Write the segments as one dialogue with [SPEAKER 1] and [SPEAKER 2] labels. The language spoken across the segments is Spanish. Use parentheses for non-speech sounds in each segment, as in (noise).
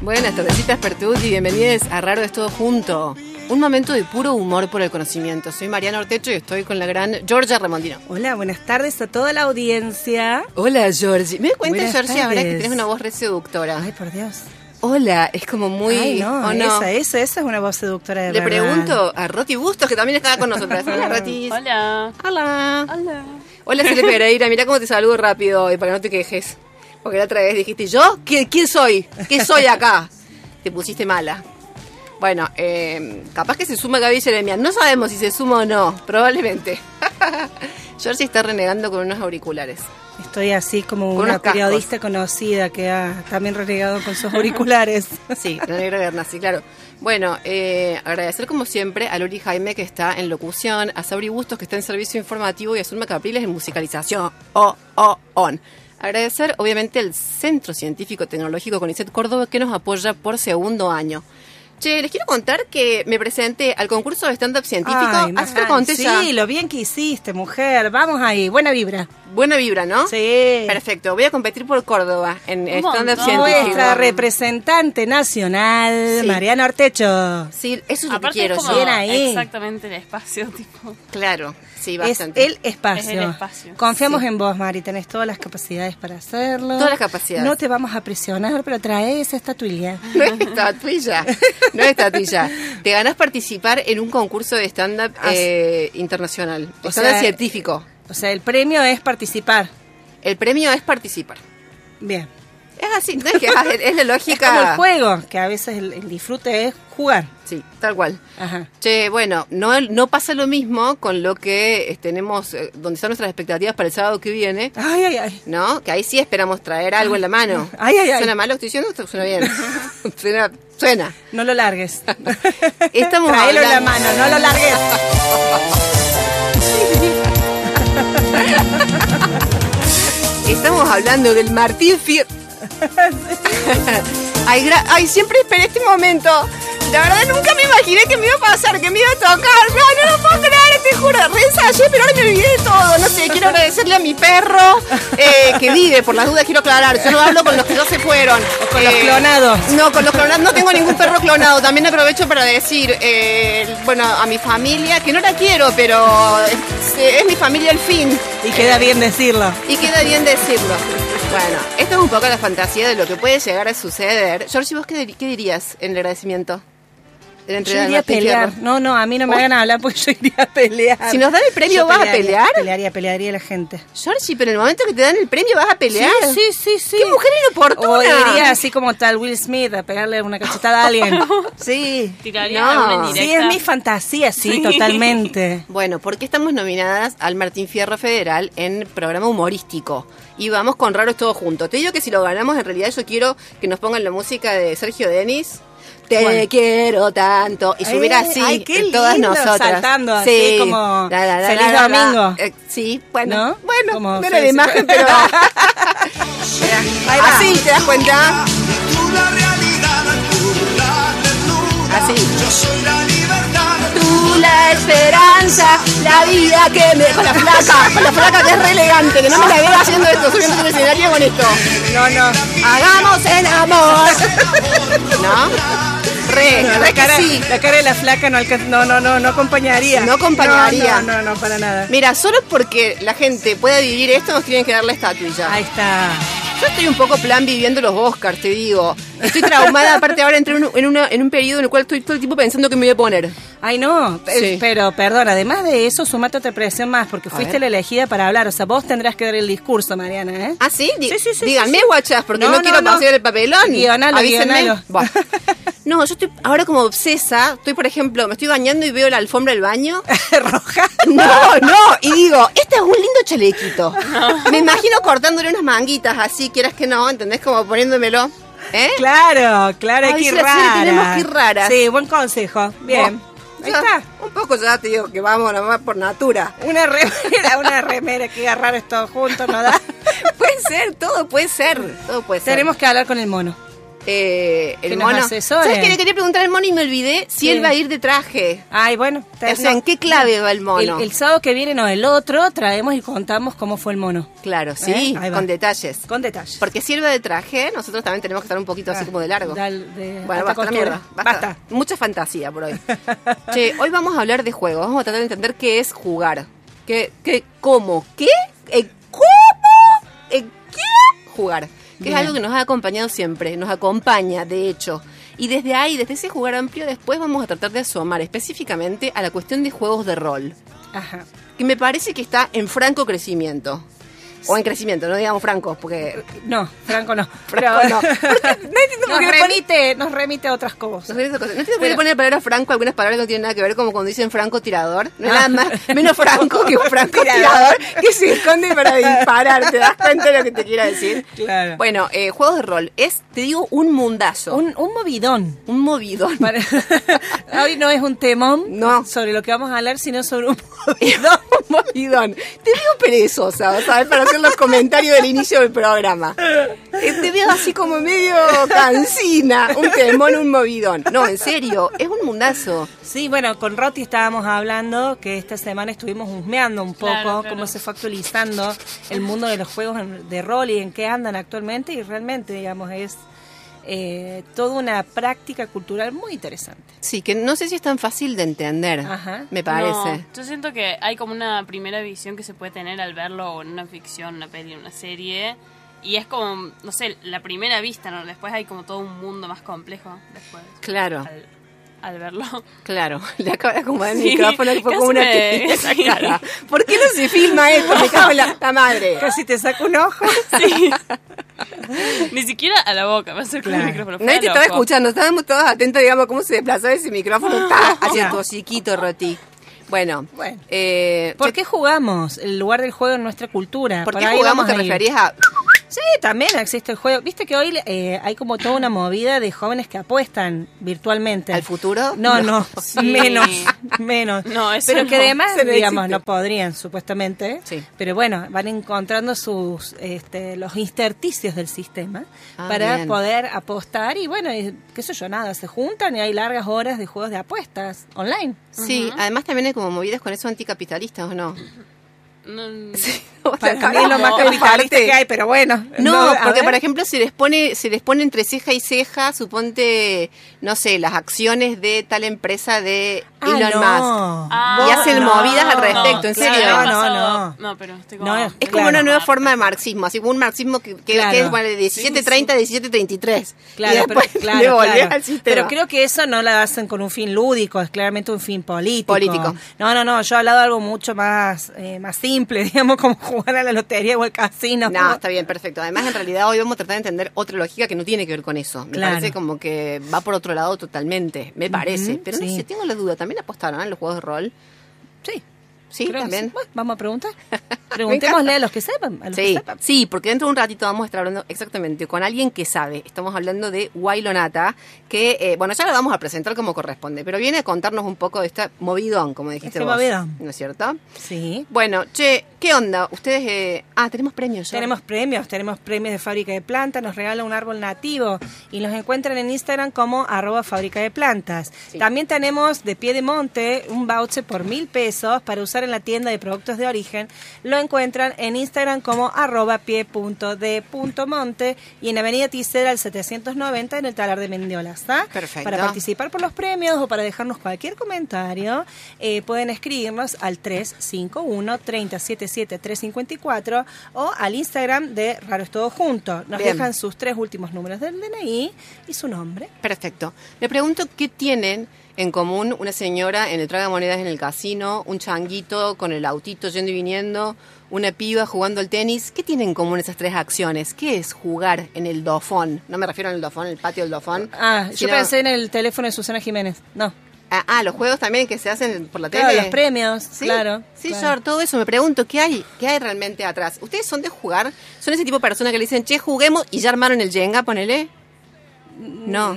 [SPEAKER 1] Buenas tardecitas, Pertut, y bienvenidos a Raro es Todo Junto. Un momento de puro humor por el conocimiento. Soy Mariana Ortecho y estoy con la gran Georgia Remondino.
[SPEAKER 2] Hola, buenas tardes a toda la audiencia.
[SPEAKER 1] Hola, Georgie. Me doy cuenta,
[SPEAKER 2] Buenas
[SPEAKER 1] Georgia, ahora
[SPEAKER 2] tardes.
[SPEAKER 1] que tienes una voz re seductora.
[SPEAKER 2] Ay, por Dios.
[SPEAKER 1] Hola, es como muy...
[SPEAKER 2] Ay, no,
[SPEAKER 1] ¿o
[SPEAKER 2] Esa, esa, esa es una voz seductora de
[SPEAKER 1] Le
[SPEAKER 2] verdad.
[SPEAKER 1] pregunto a Roti Bustos, que también estaba con
[SPEAKER 2] (laughs)
[SPEAKER 1] nosotras. Hola, Roti.
[SPEAKER 3] Hola.
[SPEAKER 1] Hola.
[SPEAKER 3] Hola.
[SPEAKER 1] Hola, Cele Pereira. Mira cómo te saludo rápido y para que no te quejes. Porque la otra vez dijiste, ¿yo? ¿Qui- ¿Quién soy? ¿Qué soy acá? Te pusiste mala. Bueno, eh, capaz que se suma Gaby Jeremia. No sabemos si se suma o no, probablemente. (laughs) Georgie está renegando con unos auriculares.
[SPEAKER 2] Estoy así como
[SPEAKER 1] Con unos
[SPEAKER 2] una
[SPEAKER 1] cascos.
[SPEAKER 2] periodista conocida que ha también renegado con sus
[SPEAKER 1] (laughs)
[SPEAKER 2] auriculares.
[SPEAKER 1] Sí, la negra Berna, sí, claro. Bueno, eh, agradecer como siempre a Lori Jaime que está en locución, a Sabri Bustos que está en servicio informativo y a Zulma Capriles en musicalización. O, o, on. Agradecer obviamente al Centro Científico Tecnológico CONICET Córdoba que nos apoya por segundo año. Che, les quiero contar que me presenté al concurso de stand-up científico.
[SPEAKER 2] Ay,
[SPEAKER 1] Así lo
[SPEAKER 2] Magali,
[SPEAKER 1] conté ya.
[SPEAKER 2] Sí, lo bien que hiciste, mujer. Vamos ahí, buena vibra.
[SPEAKER 1] Buena vibra, ¿no?
[SPEAKER 2] Sí.
[SPEAKER 1] Perfecto, voy a competir por Córdoba en eh,
[SPEAKER 3] Un
[SPEAKER 1] stand-up
[SPEAKER 3] montón.
[SPEAKER 1] científico.
[SPEAKER 2] Nuestra representante nacional,
[SPEAKER 1] Sí.
[SPEAKER 2] Mariana Ortecho.
[SPEAKER 1] Sí, eso es lo que
[SPEAKER 3] Aparte
[SPEAKER 1] quiero
[SPEAKER 3] es como
[SPEAKER 1] yo.
[SPEAKER 2] Bien ahí.
[SPEAKER 3] exactamente el espacio, (laughs) tipo.
[SPEAKER 1] Claro, sí,
[SPEAKER 2] Es
[SPEAKER 1] bastante.
[SPEAKER 2] el espacio.
[SPEAKER 3] Es el espacio.
[SPEAKER 2] Confiamos en vos, Mari. Tenés todas las capacidades para hacerlo.
[SPEAKER 1] Todas las capacidades.
[SPEAKER 2] No te vamos a presionar, pero trae esa estatuilla.
[SPEAKER 1] No es estatuilla, no es estatuilla. Te ganás participar en un concurso de stand-up
[SPEAKER 2] Ah, sí.
[SPEAKER 1] eh, internacional,
[SPEAKER 2] O
[SPEAKER 1] stand-up
[SPEAKER 2] sea,
[SPEAKER 1] científico.
[SPEAKER 2] O sea, el premio es participar.
[SPEAKER 1] El premio es participar.
[SPEAKER 2] Bien.
[SPEAKER 1] Es así, no es que ah, es la
[SPEAKER 2] Es como el
[SPEAKER 1] lógica.
[SPEAKER 2] juego, que a veces el, el disfrute es jugar.
[SPEAKER 1] sí, tal cual.
[SPEAKER 2] Ajá.
[SPEAKER 1] Che, bueno, no, no pasa lo mismo con lo que eh, tenemos, eh, donde están nuestras expectativas para el sábado que viene,
[SPEAKER 2] Ay, ay, ay.
[SPEAKER 1] ¿no? Que ahí sí esperamos traer algo en la mano.
[SPEAKER 2] (laughs) Ay, ay, ay.
[SPEAKER 1] ¿Suena mal lo que estoy diciendo? o Suena
[SPEAKER 2] (laughs)
[SPEAKER 1] bien. suena, suena.
[SPEAKER 2] No lo largues.
[SPEAKER 1] (laughs) Estamos
[SPEAKER 2] Traelo en la
[SPEAKER 1] hablando-
[SPEAKER 2] mano, no lo largues.
[SPEAKER 1] Estamos hablando del Martín Fierro. (laughs) ay, gra- ay, siempre esperé este momento. La verdad nunca me imaginé que me iba a pasar, que me iba a tocar. No, no lo puedo creer, te juro. Reensayé, pero ahora me olvidé de todo. No sé, quiero agradecerle a mi perro eh, que vive, por las dudas quiero aclarar. Yo no hablo con los que no se fueron. Eh,
[SPEAKER 2] con los clonados.
[SPEAKER 1] No, con los clonados. No tengo ningún perro clonado. También aprovecho para decir, eh, bueno, a mi familia, que no la quiero, pero es, es mi familia al fin.
[SPEAKER 2] Y queda bien decirlo.
[SPEAKER 1] Y queda bien decirlo. Bueno, esto es un poco la fantasía de lo que puede llegar a suceder. Georgie, ¿vos qué, dir- qué dirías en el agradecimiento? De la
[SPEAKER 2] Yo
[SPEAKER 1] entrega
[SPEAKER 2] iría a
[SPEAKER 1] del Martín
[SPEAKER 2] pelear.
[SPEAKER 1] Fierro.
[SPEAKER 2] No, no, a mí no me
[SPEAKER 1] Uy.
[SPEAKER 2] hagan hablar porque yo iría a pelear.
[SPEAKER 1] Si nos dan el premio,
[SPEAKER 2] Yo
[SPEAKER 1] ¿vas a pelear?
[SPEAKER 2] Pelearía, pelearía a la gente.
[SPEAKER 1] Georgie, pero en el momento que te dan el premio vas a pelear.
[SPEAKER 2] Sí, sí, sí, sí.
[SPEAKER 1] ¡Qué mujer inoportuna!
[SPEAKER 2] O iría así como tal Will Smith a pegarle una cachetada
[SPEAKER 1] (laughs)
[SPEAKER 2] a alguien. Sí.
[SPEAKER 3] Tiraría
[SPEAKER 1] No.
[SPEAKER 3] alguna
[SPEAKER 2] Sí,
[SPEAKER 3] indirecta.
[SPEAKER 2] es mi fantasía, sí, totalmente.
[SPEAKER 1] Bueno, porque estamos nominadas al Martín Fierro Federal en programa humorístico. Y vamos con Raros todos juntos. Te digo que si lo ganamos, en realidad yo quiero que nos pongan la música de Sergio Denis. Te
[SPEAKER 2] ¿Cuál?
[SPEAKER 1] quiero tanto. Y subir
[SPEAKER 2] Eh,
[SPEAKER 1] así,
[SPEAKER 2] ay, qué
[SPEAKER 1] en todas
[SPEAKER 2] lindo,
[SPEAKER 1] nosotras.
[SPEAKER 2] saltando así como Feliz Domingo.
[SPEAKER 1] Eh, sí, bueno.
[SPEAKER 2] ¿No?
[SPEAKER 1] Bueno,
[SPEAKER 2] Como
[SPEAKER 1] no era
[SPEAKER 2] Fede
[SPEAKER 1] la imagen,
[SPEAKER 2] Cipo- (laughs)
[SPEAKER 1] pero.
[SPEAKER 2] Ahí va.
[SPEAKER 1] así, ¿te das cuenta?
[SPEAKER 4] Tú la realidad, tú la ternura.
[SPEAKER 1] Así.
[SPEAKER 4] Yo soy la libertad.
[SPEAKER 1] Tú la esperanza, la vida que me. Con la flaca, con la flaca que es re elegante, que no me la veo haciendo esto, subiendo al escenario con esto.
[SPEAKER 2] No, no.
[SPEAKER 1] Hagamos el amor. (laughs) ¿No? Re,
[SPEAKER 2] No,
[SPEAKER 1] re
[SPEAKER 2] la,
[SPEAKER 1] que
[SPEAKER 2] cara,
[SPEAKER 1] sí.
[SPEAKER 2] la cara de la flaca no, alcan- no, no, no, no acompañaría.
[SPEAKER 1] No acompañaría.
[SPEAKER 2] No, no, no, no, para nada.
[SPEAKER 1] Mira, solo porque la gente pueda vivir esto nos tienen que dar la estatuilla.
[SPEAKER 2] Ahí está.
[SPEAKER 1] Yo estoy un poco plan viviendo los Oscars, te digo. Estoy traumada, aparte ahora entré en un, en una- en un periodo en el cual estoy todo el tiempo pensando que me voy a poner.
[SPEAKER 2] Ay, no. pe-
[SPEAKER 1] Sí.
[SPEAKER 2] Pero, perdón, además de eso, sumate otra presión más, porque
[SPEAKER 1] A
[SPEAKER 2] fuiste
[SPEAKER 1] ver.
[SPEAKER 2] la elegida para hablar. O sea, vos tendrás que dar el discurso, Mariana, ¿eh? (laughs)
[SPEAKER 1] ¿Ah, sí? Di-
[SPEAKER 2] Sí, sí, sí,
[SPEAKER 1] Díganme,
[SPEAKER 2] sí, sí.
[SPEAKER 1] guachas, porque no,
[SPEAKER 2] No, no,
[SPEAKER 1] quiero
[SPEAKER 2] no.
[SPEAKER 1] pasar el papelón.
[SPEAKER 2] Guionalo,
[SPEAKER 1] Avísenme.
[SPEAKER 2] guionalo.
[SPEAKER 1] Buah. (laughs) No, yo estoy ahora como obsesa. Estoy, por ejemplo, me estoy bañando y veo la alfombra del baño.
[SPEAKER 2] Roja.
[SPEAKER 1] No, no. Y digo, este es un lindo chalequito. (laughs) Me imagino cortándole unas manguitas así, quieras que no, ¿entendés? Como poniéndomélo. ¿Eh?
[SPEAKER 2] Claro, claro, hay
[SPEAKER 1] Ay,
[SPEAKER 2] que ir
[SPEAKER 1] sí, las series
[SPEAKER 2] rara.
[SPEAKER 1] tenemos que ir raras.
[SPEAKER 2] Sí, buen consejo. Bien. Ahí
[SPEAKER 1] Ya,
[SPEAKER 2] está.
[SPEAKER 1] Un poco ya te digo que vamos nomás por natura.
[SPEAKER 2] Una remera, una remera, que agarrar esto juntos,
[SPEAKER 1] (laughs)
[SPEAKER 2] ¿no da?
[SPEAKER 1] puede ser, todo puede ser. Todo puede ser.
[SPEAKER 2] Tenemos que hablar con el mono.
[SPEAKER 1] eh, el
[SPEAKER 2] que nos
[SPEAKER 1] mono.
[SPEAKER 2] asesore.
[SPEAKER 1] ¿Sabes que le quería preguntar al mono y me olvidé si
[SPEAKER 2] Sí.
[SPEAKER 1] él va a ir de traje?
[SPEAKER 2] Ay, bueno. está-
[SPEAKER 1] O sea,
[SPEAKER 2] no.
[SPEAKER 1] ¿en qué clave va el mono?
[SPEAKER 2] El, el sábado que viene, no, el otro, traemos y contamos cómo fue el mono.
[SPEAKER 1] Claro, sí,
[SPEAKER 2] ¿Eh? Ahí va.
[SPEAKER 1] con detalles.
[SPEAKER 2] Con detalle.
[SPEAKER 1] Porque sirve de traje, nosotros también tenemos que estar un poquito
[SPEAKER 2] Ah,
[SPEAKER 1] así como de largo.
[SPEAKER 2] Dal- de
[SPEAKER 1] bueno,
[SPEAKER 2] alta
[SPEAKER 1] basta la
[SPEAKER 2] costura.
[SPEAKER 1] mierda. Basta.
[SPEAKER 2] Basta.
[SPEAKER 1] Mucha fantasía por hoy. che, hoy vamos a hablar de juegos. Vamos a tratar de entender qué es jugar. ¿Qué, qué, cómo? ¿Qué? Eh, ¿Cómo? Eh, ¿Qué? Jugar. Que es
[SPEAKER 2] Bien.
[SPEAKER 1] algo que nos ha acompañado siempre, nos acompaña, de hecho. Y desde ahí, desde ese jugar amplio, después vamos a tratar de asomar específicamente a la cuestión de juegos de rol
[SPEAKER 2] (laughs) Ajá.
[SPEAKER 1] que me parece que está en franco crecimiento. O en crecimiento, no digamos franco, porque
[SPEAKER 2] No, Franco no.
[SPEAKER 1] Franco
[SPEAKER 2] Pero- (laughs)
[SPEAKER 1] no. Porque no entiendo por
[SPEAKER 2] nos,
[SPEAKER 1] qué le ponen-
[SPEAKER 2] remite, nos remite a otras
[SPEAKER 1] no
[SPEAKER 2] cosas.
[SPEAKER 1] entiendo por qué le ponen la palabra franco a algunas palabras que no tienen nada que ver, como cuando dicen franco tirador. No es nada más, menos franco que un franco tirador que se esconde para disparar. ¿Te das cuenta de lo que te quiero decir?
[SPEAKER 2] Claro.
[SPEAKER 1] Bueno, eh, juegos de rol. Es, te digo, un mundazo. Un,
[SPEAKER 2] Un, un movidón.
[SPEAKER 1] movidón.
[SPEAKER 2] Para- (laughs) Hoy no es un temón
[SPEAKER 1] No.
[SPEAKER 2] sobre lo que vamos a hablar, sino sobre un (laughs) movidón.
[SPEAKER 1] Un movidón. Te veo perezosa, ¿sabes? Para hacer los comentarios del inicio del programa. Eh, Te veo así como medio cansina. Un temón, un movidón. No, en serio, es un mundazo.
[SPEAKER 2] Sí, bueno, con Roti estábamos hablando que esta semana estuvimos husmeando un poco
[SPEAKER 3] Claro, claro.
[SPEAKER 2] cómo se fue actualizando el mundo de los juegos en- de rol y en qué andan actualmente y realmente, digamos, es eh, toda una práctica cultural muy interesante.
[SPEAKER 1] Sí, que no sé si es tan fácil de entender,
[SPEAKER 2] Ajá.
[SPEAKER 1] me
[SPEAKER 3] No,
[SPEAKER 1] parece.
[SPEAKER 3] yo siento que hay como una primera visión que se puede tener al verlo en una ficción, una peli, una serie. Y es como, no sé, la primera vista, ¿no? Después hay como todo un mundo más complejo después
[SPEAKER 1] Claro,
[SPEAKER 3] al, al verlo. (laughs)
[SPEAKER 1] claro. Le acabo de acomodar el
[SPEAKER 3] Sí,
[SPEAKER 1] micrófono y fue como
[SPEAKER 3] casi
[SPEAKER 1] una
[SPEAKER 3] me-
[SPEAKER 1] que (laughs) esa
[SPEAKER 3] sí.
[SPEAKER 1] cara. ¿Por qué no se filma esto? Me cago en la, puta madre.
[SPEAKER 2] Casi te saco un ojo.
[SPEAKER 3] Sí. Ni siquiera a la boca, me acerco
[SPEAKER 2] Claro.
[SPEAKER 3] el micrófono.
[SPEAKER 1] Nadie te
[SPEAKER 3] fuera
[SPEAKER 1] estaba
[SPEAKER 3] loco.
[SPEAKER 1] escuchando, estábamos todos atentos, digamos, cómo se desplazó ese micrófono ta, hacia tu hociquito, Roti. Bueno,
[SPEAKER 2] Bueno.
[SPEAKER 1] eh,
[SPEAKER 2] ¿Por
[SPEAKER 1] yo-
[SPEAKER 2] qué jugamos? El lugar del juego en nuestra cultura.
[SPEAKER 1] ¿por
[SPEAKER 2] Por
[SPEAKER 1] qué
[SPEAKER 2] ahí
[SPEAKER 1] jugamos?
[SPEAKER 2] vamos
[SPEAKER 1] ¿Te
[SPEAKER 2] a ir.
[SPEAKER 1] referías a...?
[SPEAKER 2] Sí, también existe el juego. Viste que hoy eh, hay como toda una movida de jóvenes que apuestan virtualmente.
[SPEAKER 1] ¿Al futuro?
[SPEAKER 2] No, no,
[SPEAKER 1] (laughs)
[SPEAKER 2] (laughs)
[SPEAKER 3] Sí.
[SPEAKER 2] menos, menos.
[SPEAKER 3] No, eso
[SPEAKER 2] pero que
[SPEAKER 3] no.
[SPEAKER 2] además,
[SPEAKER 1] Eso no
[SPEAKER 2] digamos,
[SPEAKER 1] existe.
[SPEAKER 2] no podrían, supuestamente.
[SPEAKER 1] Sí.
[SPEAKER 2] Pero bueno, van encontrando sus, este, los intersticios del sistema
[SPEAKER 1] Ah,
[SPEAKER 2] para
[SPEAKER 1] bien.
[SPEAKER 2] poder apostar y bueno, y qué sé yo, nada, se juntan y hay largas horas de juegos de apuestas online.
[SPEAKER 1] Sí, además también hay como movidas con eso anticapitalistas, ¿o (laughs) no?
[SPEAKER 3] No,
[SPEAKER 2] Para mí es lo más capitalista que hay, pero bueno.
[SPEAKER 1] No,
[SPEAKER 2] a
[SPEAKER 1] porque
[SPEAKER 2] ver.
[SPEAKER 1] por ejemplo se les pone, se les pone entre ceja y ceja, suponte, no sé, las acciones de tal empresa de
[SPEAKER 2] Ah,
[SPEAKER 1] Elon
[SPEAKER 2] no.
[SPEAKER 1] Musk.
[SPEAKER 3] Ah,
[SPEAKER 1] (laughs) y hacen movidas al
[SPEAKER 3] no,
[SPEAKER 1] respecto, en
[SPEAKER 3] claro,
[SPEAKER 1] serio.
[SPEAKER 3] me
[SPEAKER 2] No,
[SPEAKER 3] ha
[SPEAKER 2] no,
[SPEAKER 3] pasado-
[SPEAKER 2] no.
[SPEAKER 3] No, pero estoy como...
[SPEAKER 2] No, es
[SPEAKER 1] Es como una
[SPEAKER 2] Claro.
[SPEAKER 1] nueva forma de marxismo, así como un marxismo que, que,
[SPEAKER 2] Claro.
[SPEAKER 1] que es bueno, de 1730 a 1733.
[SPEAKER 2] Claro,
[SPEAKER 1] y después (laughs)
[SPEAKER 2] pero, claro,
[SPEAKER 1] le volvés
[SPEAKER 2] claro.
[SPEAKER 1] al sistema.
[SPEAKER 2] Pero creo que eso no lo hacen con un fin lúdico, es claramente un fin político.
[SPEAKER 1] Político.
[SPEAKER 2] No, no, no, yo he hablado de algo mucho más, eh, más simple, (laughs) digamos, como jugar a la lotería o al casino.
[SPEAKER 1] No, está bien, perfecto. Además, en realidad hoy vamos a tratar de entender otra lógica que no tiene que ver con eso. Me
[SPEAKER 2] Claro.
[SPEAKER 1] parece como que va por otro lado totalmente, me parece. Pero no
[SPEAKER 2] sí.
[SPEAKER 1] sé, tengo la duda, ¿también apostaron en los juegos de rol?
[SPEAKER 2] Sí,
[SPEAKER 1] Sí,
[SPEAKER 2] creo que
[SPEAKER 1] también.
[SPEAKER 2] sí. Bueno, Vamos
[SPEAKER 1] (laughs)
[SPEAKER 2] a preguntar. Preguntémosle a los que sepan. A los que
[SPEAKER 1] Sí,
[SPEAKER 2] sepan.
[SPEAKER 1] sí, porque dentro de un ratito vamos a estar hablando exactamente con alguien que sabe. Estamos hablando de Wailonata, que, eh, bueno, ya la vamos a presentar como corresponde, pero viene a contarnos un poco de esta movidón, como dijiste
[SPEAKER 2] Este
[SPEAKER 1] vos.
[SPEAKER 2] movidón.
[SPEAKER 1] ¿No es cierto?
[SPEAKER 2] Sí.
[SPEAKER 1] Bueno, che, ¿qué onda? Ustedes, eh, ah, tenemos premios. ya.
[SPEAKER 2] Tenemos premios, tenemos premios de fábrica de plantas, nos regala un árbol nativo y los encuentran en Instagram como arroba fábrica de plantas.
[SPEAKER 1] Sí.
[SPEAKER 2] También tenemos de pie de monte un voucher por mil pesos para usar en la tienda de productos de origen. Lo encuentran en Instagram como arroba pie punto de punto monte y en Avenida Ticera al 790 en el talar de Mendiolaza.
[SPEAKER 1] Perfecto.
[SPEAKER 2] Para participar por los premios o para dejarnos cualquier comentario, eh, pueden escribirnos al 351-377-354 o al Instagram de Raro es Todo Junto. Nos
[SPEAKER 1] Bien.
[SPEAKER 2] dejan sus tres últimos números del DNI y su nombre.
[SPEAKER 1] Perfecto. Le pregunto qué tienen en común una señora en el tragamonedas en el casino, un changuito con el autito yendo y viniendo, una piba jugando al tenis. ¿Qué tienen en común esas tres acciones? ¿Qué es jugar en el dofón? No me refiero al dofón, el patio del dofón.
[SPEAKER 2] Ah, yo
[SPEAKER 1] sino-
[SPEAKER 2] pensé en el teléfono de Susana Jiménez. No.
[SPEAKER 1] Ah, ah, los juegos también que se hacen por la
[SPEAKER 2] Claro,
[SPEAKER 1] tele.
[SPEAKER 2] los premios,
[SPEAKER 1] Sí,
[SPEAKER 2] claro.
[SPEAKER 1] Sí,
[SPEAKER 2] claro.
[SPEAKER 1] George, todo eso. Me pregunto, ¿qué hay, ¿qué hay realmente atrás? ¿Ustedes son de jugar? ¿Son ese tipo de personas que le dicen, che, juguemos y ya armaron el Jenga, ponele?
[SPEAKER 2] Mm,
[SPEAKER 1] No.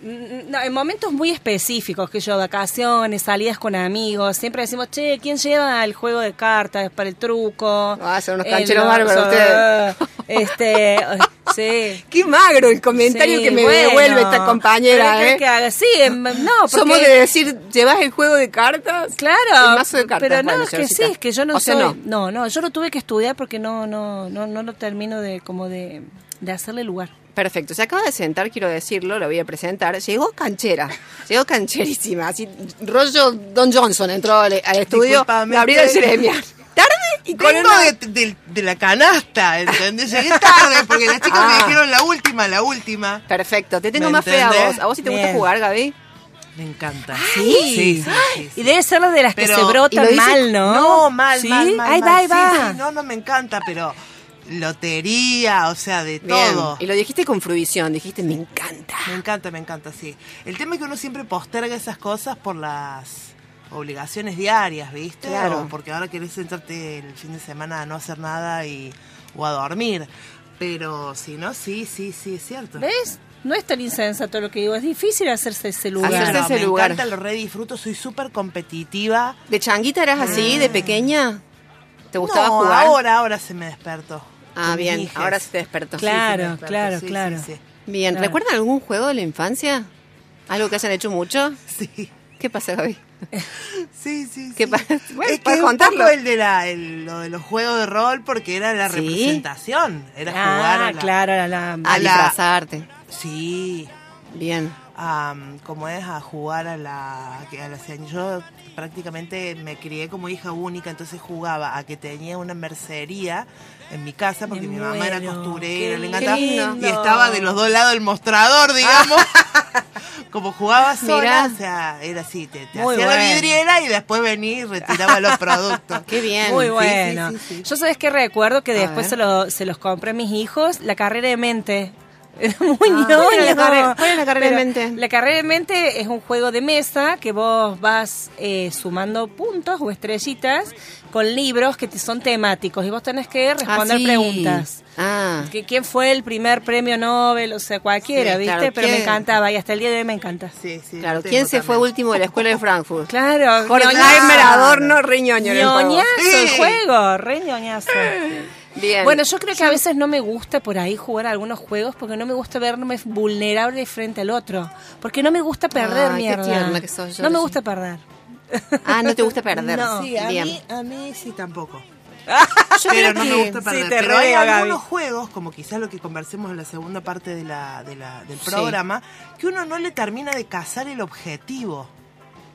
[SPEAKER 2] No, en momentos muy específicos, que yo, vacaciones, salidas con amigos, siempre decimos, che, ¿quién lleva el juego de cartas para el truco?
[SPEAKER 1] Ah, son unos
[SPEAKER 2] El
[SPEAKER 1] cancheros
[SPEAKER 2] oso,
[SPEAKER 1] bárbaros ustedes.
[SPEAKER 2] (laughs) Este, sí.
[SPEAKER 1] Qué magro el comentario
[SPEAKER 2] Sí,
[SPEAKER 1] que me
[SPEAKER 2] bueno.
[SPEAKER 1] devuelve esta
[SPEAKER 2] Pero
[SPEAKER 1] compañera,
[SPEAKER 2] ¿qué
[SPEAKER 1] ¿eh?
[SPEAKER 2] que haga? Sí,
[SPEAKER 1] (laughs)
[SPEAKER 2] em, no, porque...
[SPEAKER 1] Somos de decir, ¿llevas el juego de cartas?
[SPEAKER 2] Claro,
[SPEAKER 1] El mazo de cartas.
[SPEAKER 2] pero no,
[SPEAKER 1] Bueno,
[SPEAKER 2] es que sí,
[SPEAKER 1] Georgita.
[SPEAKER 2] es que yo no
[SPEAKER 1] o sea,
[SPEAKER 2] soy-
[SPEAKER 1] no.
[SPEAKER 2] no, no, yo lo tuve que estudiar porque no, no, no, no lo termino de, como de, de hacerle lugar.
[SPEAKER 1] Perfecto, se acaba de sentar, quiero decirlo, lo voy a presentar. Llegó canchera, llegó cancherísima, así rollo Don Johnson entró al, al estudio,
[SPEAKER 5] Disculpame,
[SPEAKER 1] Gabriel
[SPEAKER 5] estoy-
[SPEAKER 1] Ceremian. Tarde y con
[SPEAKER 5] Vengo
[SPEAKER 1] una...
[SPEAKER 5] de, de- de la canasta, ¿entendés? Llegué tarde porque las chicas
[SPEAKER 1] Ah.
[SPEAKER 5] me dijeron la última, la última.
[SPEAKER 1] Perfecto, te tengo
[SPEAKER 5] ¿Me
[SPEAKER 1] más fe a
[SPEAKER 5] entendés?
[SPEAKER 1] vos. ¿A vos si te gusta
[SPEAKER 2] Bien.
[SPEAKER 1] jugar, Gaby?
[SPEAKER 5] Me encanta.
[SPEAKER 2] Sí.
[SPEAKER 5] Sí, sí, sí, sí.
[SPEAKER 2] Y debe ser las de las
[SPEAKER 5] Pero-
[SPEAKER 2] que se
[SPEAKER 1] y lo
[SPEAKER 2] brotan
[SPEAKER 1] dice-
[SPEAKER 2] mal, ¿no?
[SPEAKER 5] No, mal,
[SPEAKER 2] ¿Sí?
[SPEAKER 5] mal, mal.
[SPEAKER 2] Ahí va,
[SPEAKER 5] mal.
[SPEAKER 2] ahí
[SPEAKER 5] Sí,
[SPEAKER 2] va.
[SPEAKER 5] sí, no, no, me encanta, pero lotería, o sea, de todo.
[SPEAKER 1] Y lo dijiste con fruición, dijiste, me encanta.
[SPEAKER 5] Me encanta, me encanta, sí. El tema es que uno siempre posterga esas cosas por las obligaciones diarias, ¿viste?
[SPEAKER 1] Claro.
[SPEAKER 5] O porque ahora querés sentarte el fin de semana a no hacer nada y, o a dormir. Pero si no, sí, sí, sí, es cierto.
[SPEAKER 2] ¿Ves? No es tan insensato lo que digo, es difícil hacerse ese lugar.
[SPEAKER 5] Claro,
[SPEAKER 1] Hacerse ese
[SPEAKER 5] me
[SPEAKER 1] lugar.
[SPEAKER 5] encanta, lo re disfruto, soy súper competitiva.
[SPEAKER 1] ¿De changuita eras así,
[SPEAKER 2] Ah.
[SPEAKER 1] de pequeña? ¿Te gustaba
[SPEAKER 5] No,
[SPEAKER 1] jugar?
[SPEAKER 5] ahora, ahora se me despertó.
[SPEAKER 1] Ah,
[SPEAKER 5] Con mis
[SPEAKER 1] bien,
[SPEAKER 5] hijes.
[SPEAKER 1] ahora se te despertó.
[SPEAKER 5] Sí, se me
[SPEAKER 2] Claro,
[SPEAKER 5] despertó,
[SPEAKER 2] claro,
[SPEAKER 5] sí,
[SPEAKER 2] claro.
[SPEAKER 5] Sí,
[SPEAKER 1] Bien,
[SPEAKER 2] Claro.
[SPEAKER 1] ¿recuerdan algún juego de la infancia? ¿Algo que hayan hecho mucho?
[SPEAKER 5] sí. sí.
[SPEAKER 1] ¿Qué pasa, Gaby?
[SPEAKER 5] Sí, sí,
[SPEAKER 1] Que
[SPEAKER 5] sí.
[SPEAKER 1] pa- (laughs) bueno,
[SPEAKER 5] es que
[SPEAKER 1] para
[SPEAKER 5] es un
[SPEAKER 1] contarlo.
[SPEAKER 5] poco el de, la, el- lo de los juegos de rol porque era la
[SPEAKER 1] Sí.
[SPEAKER 5] representación. Era jugar
[SPEAKER 2] Ah,
[SPEAKER 5] a la-
[SPEAKER 2] claro, a la-
[SPEAKER 1] A
[SPEAKER 5] la-
[SPEAKER 1] disfrazarte.
[SPEAKER 5] Sí,
[SPEAKER 1] Bien.
[SPEAKER 5] am, como es a jugar a la, que a la señ- Yo prácticamente me crié como hija única, entonces jugaba a que tenía una mercería en mi casa porque
[SPEAKER 2] Me
[SPEAKER 5] mi mamá era
[SPEAKER 2] muero,
[SPEAKER 5] costurera,
[SPEAKER 2] qué
[SPEAKER 5] le encantaba, y
[SPEAKER 2] lindo.
[SPEAKER 5] estaba de los dos lados del mostrador,
[SPEAKER 1] (laughs)
[SPEAKER 5] digamos. Como jugaba sola,
[SPEAKER 1] Mirá.
[SPEAKER 5] o sea, era así, te, te hacía
[SPEAKER 2] Muy
[SPEAKER 5] la
[SPEAKER 2] bueno.
[SPEAKER 5] vidriera y después venía y retiraba los productos.
[SPEAKER 1] (laughs) Qué bien.
[SPEAKER 2] Muy
[SPEAKER 1] Sí,
[SPEAKER 2] bueno. Yo sabes que recuerdo que
[SPEAKER 1] A ver.
[SPEAKER 2] después se, lo- se los compré a mis hijos la carrera de mente. (laughs) Era muy
[SPEAKER 1] Ah,
[SPEAKER 2] ñoño.
[SPEAKER 1] ¿cuál era la carrera- cuál era la carrera de mente?
[SPEAKER 2] La carrera de mente es un juego de mesa que vos vas eh, sumando puntos o estrellitas con libros que te- son temáticos y vos tenés que
[SPEAKER 1] Ah,
[SPEAKER 2] responder
[SPEAKER 1] sí.
[SPEAKER 2] preguntas.
[SPEAKER 1] Ah,
[SPEAKER 2] Que ¿Quién fue el primer premio Nobel? O sea, cualquiera,
[SPEAKER 1] Sí,
[SPEAKER 2] ¿viste?
[SPEAKER 1] claro,
[SPEAKER 2] Pero
[SPEAKER 1] ¿quién?
[SPEAKER 2] me encantaba y hasta el día de hoy me encanta.
[SPEAKER 5] Sí, sí,
[SPEAKER 1] claro.
[SPEAKER 5] lo tengo
[SPEAKER 1] ¿Quién se fue
[SPEAKER 5] también.
[SPEAKER 1] último de la escuela de Frankfurt?
[SPEAKER 2] Claro,
[SPEAKER 1] Horkheimer, Adorno, Riñoño. era el juego.
[SPEAKER 2] ñoñazo el
[SPEAKER 5] Sí.
[SPEAKER 2] juego, re ñoñazo.
[SPEAKER 1] (laughs) Bien.
[SPEAKER 2] Bueno, yo creo que a veces no me gusta por ahí jugar a algunos juegos porque no me gusta verme vulnerable frente al otro. Porque no me gusta
[SPEAKER 1] Ay,
[SPEAKER 2] perder
[SPEAKER 1] qué
[SPEAKER 2] mierda.
[SPEAKER 1] tierna que sos,
[SPEAKER 2] no me
[SPEAKER 1] Georgie.
[SPEAKER 2] gusta perder.
[SPEAKER 1] Ah, no te gusta perder.
[SPEAKER 2] (laughs) No.
[SPEAKER 5] Sí, a
[SPEAKER 1] Bien.
[SPEAKER 5] mí, a mí sí tampoco.
[SPEAKER 1] Yo
[SPEAKER 5] pero
[SPEAKER 1] creo
[SPEAKER 5] no
[SPEAKER 1] que-
[SPEAKER 5] me gusta
[SPEAKER 2] sí,
[SPEAKER 5] perder.
[SPEAKER 2] te
[SPEAKER 5] pero hay
[SPEAKER 2] reveo, Gaby.
[SPEAKER 5] algunos juegos, como quizás lo que conversemos en la segunda parte de la, de la- del
[SPEAKER 1] Sí.
[SPEAKER 5] programa, que uno no le termina de cazar el objetivo.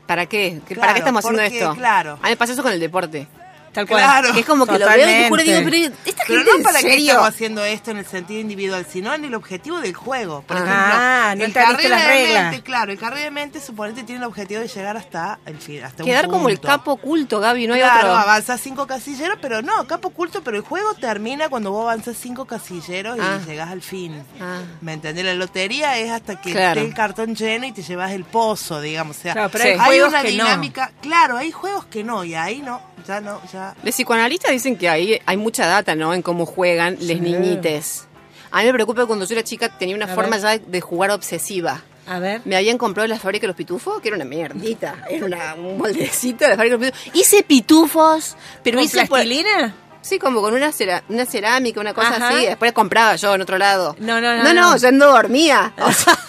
[SPEAKER 1] ¿Para qué? ¿Que- ¿Para
[SPEAKER 5] Claro,
[SPEAKER 1] qué estamos haciendo
[SPEAKER 5] porque,
[SPEAKER 1] esto?
[SPEAKER 5] claro.
[SPEAKER 1] A mí me pasa eso con el deporte.
[SPEAKER 2] Tal cual.
[SPEAKER 5] Claro.
[SPEAKER 1] Que es como que lo veo y te juro y digo,
[SPEAKER 2] Totalmente.
[SPEAKER 1] pero esta
[SPEAKER 5] Pero
[SPEAKER 1] gente
[SPEAKER 5] no para
[SPEAKER 1] en
[SPEAKER 5] que
[SPEAKER 1] serio.
[SPEAKER 5] estamos haciendo esto en el sentido individual, sino en el objetivo del juego. Por
[SPEAKER 2] Ajá,
[SPEAKER 5] ejemplo,
[SPEAKER 2] Ah, no
[SPEAKER 5] el
[SPEAKER 2] te abriste
[SPEAKER 5] carril
[SPEAKER 2] las
[SPEAKER 5] de
[SPEAKER 2] reglas.
[SPEAKER 5] mente, claro, el carril de mente suponete tiene el objetivo de llegar hasta el fin, hasta un
[SPEAKER 1] Quedar como el
[SPEAKER 5] punto.
[SPEAKER 1] capo oculto, Gaby, no hay
[SPEAKER 5] claro,
[SPEAKER 1] otro.
[SPEAKER 5] avanzas cinco casilleros, pero no, capo oculto, pero el juego termina cuando vos avanzas cinco casilleros y
[SPEAKER 1] Ah.
[SPEAKER 5] llegás al fin.
[SPEAKER 1] Ah.
[SPEAKER 5] ¿Me entendés? La lotería es hasta que
[SPEAKER 1] Claro.
[SPEAKER 5] esté el cartón lleno y te llevas el pozo, digamos. O sea,
[SPEAKER 2] Claro, pero
[SPEAKER 1] hay
[SPEAKER 2] juegos
[SPEAKER 5] una
[SPEAKER 2] que no.
[SPEAKER 5] dinámica. Claro, hay juegos que no, y ahí no, ya no, ya.
[SPEAKER 1] Los psicoanalistas dicen que ahí hay mucha data, ¿no? En cómo juegan les niñites. A mí me preocupa que cuando yo era chica tenía una
[SPEAKER 2] A
[SPEAKER 1] forma
[SPEAKER 2] ver.
[SPEAKER 1] ya de- de jugar obsesiva.
[SPEAKER 2] A ver.
[SPEAKER 1] Me habían comprado en la fábrica de los pitufos, que era una mierdita. Era una- un moldecito de la fábrica de los pitufos. Hice pitufos, pero
[SPEAKER 2] ¿Con
[SPEAKER 1] hice. por-
[SPEAKER 2] plastilina?
[SPEAKER 1] sí, como con una, cera- una cerámica, una cosa
[SPEAKER 2] Ajá.
[SPEAKER 1] así. Después compraba yo en otro lado.
[SPEAKER 2] No, no, no,
[SPEAKER 1] No,
[SPEAKER 2] no.
[SPEAKER 1] yo no dormía. O
[SPEAKER 2] (laughs)
[SPEAKER 1] sea,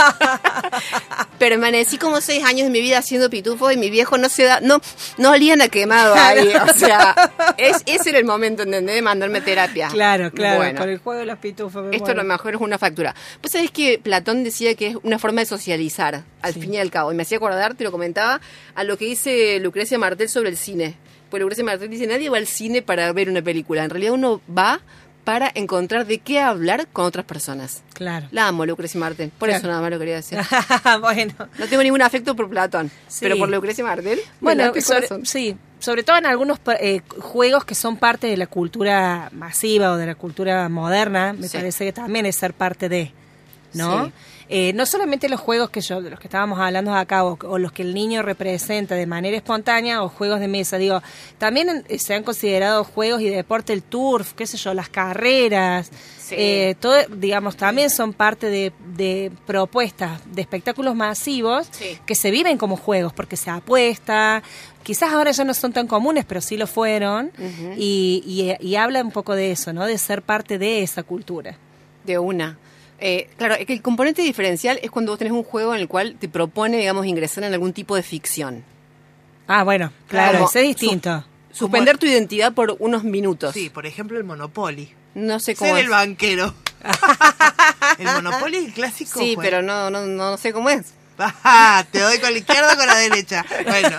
[SPEAKER 1] permanecí como seis años de mi vida haciendo pitufos y mi viejo no se da. No, no olían a quemado ahí. O sea,
[SPEAKER 2] (laughs)
[SPEAKER 1] es, ese era el momento, ¿entendés? De mandarme a terapia.
[SPEAKER 2] Claro, claro,
[SPEAKER 1] Bueno.
[SPEAKER 2] por el juego de los pitufos. me
[SPEAKER 1] Esto a
[SPEAKER 2] muero.
[SPEAKER 1] lo mejor es una factura. Pues sabés que Platón decía que es una forma de socializar, al fin y al cabo. Y me hacía acordar, te lo comentaba, a lo que dice Lucrecia Martel sobre el cine. Pues Lucrecia Martel dice, nadie va al cine para ver una película. En realidad uno va para encontrar de qué hablar con otras personas.
[SPEAKER 2] Claro. (laughs)
[SPEAKER 1] La amo, Lucrecia Martel. Por
[SPEAKER 2] Claro.
[SPEAKER 1] eso nada más lo quería decir.
[SPEAKER 2] bueno.
[SPEAKER 1] No tengo ningún afecto por Platón,
[SPEAKER 2] Sí.
[SPEAKER 1] pero por Lucrecia Martel. me
[SPEAKER 2] Bueno,
[SPEAKER 1] late el
[SPEAKER 2] sobre-
[SPEAKER 1] corazón.
[SPEAKER 2] sí, sobre todo en algunos eh, juegos que son parte de la cultura masiva o de la cultura moderna, me
[SPEAKER 1] Sí.
[SPEAKER 2] parece que también es ser parte de, ¿no?
[SPEAKER 1] Sí.
[SPEAKER 2] Eh, no solamente los juegos que yo, de los que estábamos hablando acá, o, o los que el niño representa de manera espontánea, o juegos de mesa, digo, también eh, se han considerado juegos y deporte el turf, qué sé yo, las carreras,
[SPEAKER 1] Sí.
[SPEAKER 2] eh, todo, digamos, también son parte de, de propuestas, de espectáculos masivos
[SPEAKER 1] Sí.
[SPEAKER 2] que se viven como juegos, porque se apuesta. Quizás ahora ya no son tan comunes, pero sí lo fueron. y, y- y habla un poco de eso, ¿no? De ser parte de esa cultura.
[SPEAKER 1] De una. Eh, claro, es que el componente diferencial es cuando vos tenés un juego en el cual te propone, digamos, ingresar en algún tipo de ficción.
[SPEAKER 2] Ah, bueno, claro,
[SPEAKER 1] Como
[SPEAKER 2] ese es distinto.
[SPEAKER 1] Suspender tu identidad por unos minutos.
[SPEAKER 5] Sí, por ejemplo, el Monopoly.
[SPEAKER 1] No sé cómo
[SPEAKER 5] Ser
[SPEAKER 1] es.
[SPEAKER 5] el banquero.
[SPEAKER 1] (laughs)
[SPEAKER 5] el Monopoly es el clásico.
[SPEAKER 1] Sí,
[SPEAKER 5] juego.
[SPEAKER 1] pero no, no, no sé cómo es.
[SPEAKER 5] Ajá, Ah, te doy con la izquierda o con la derecha.
[SPEAKER 1] (laughs)
[SPEAKER 5] Bueno,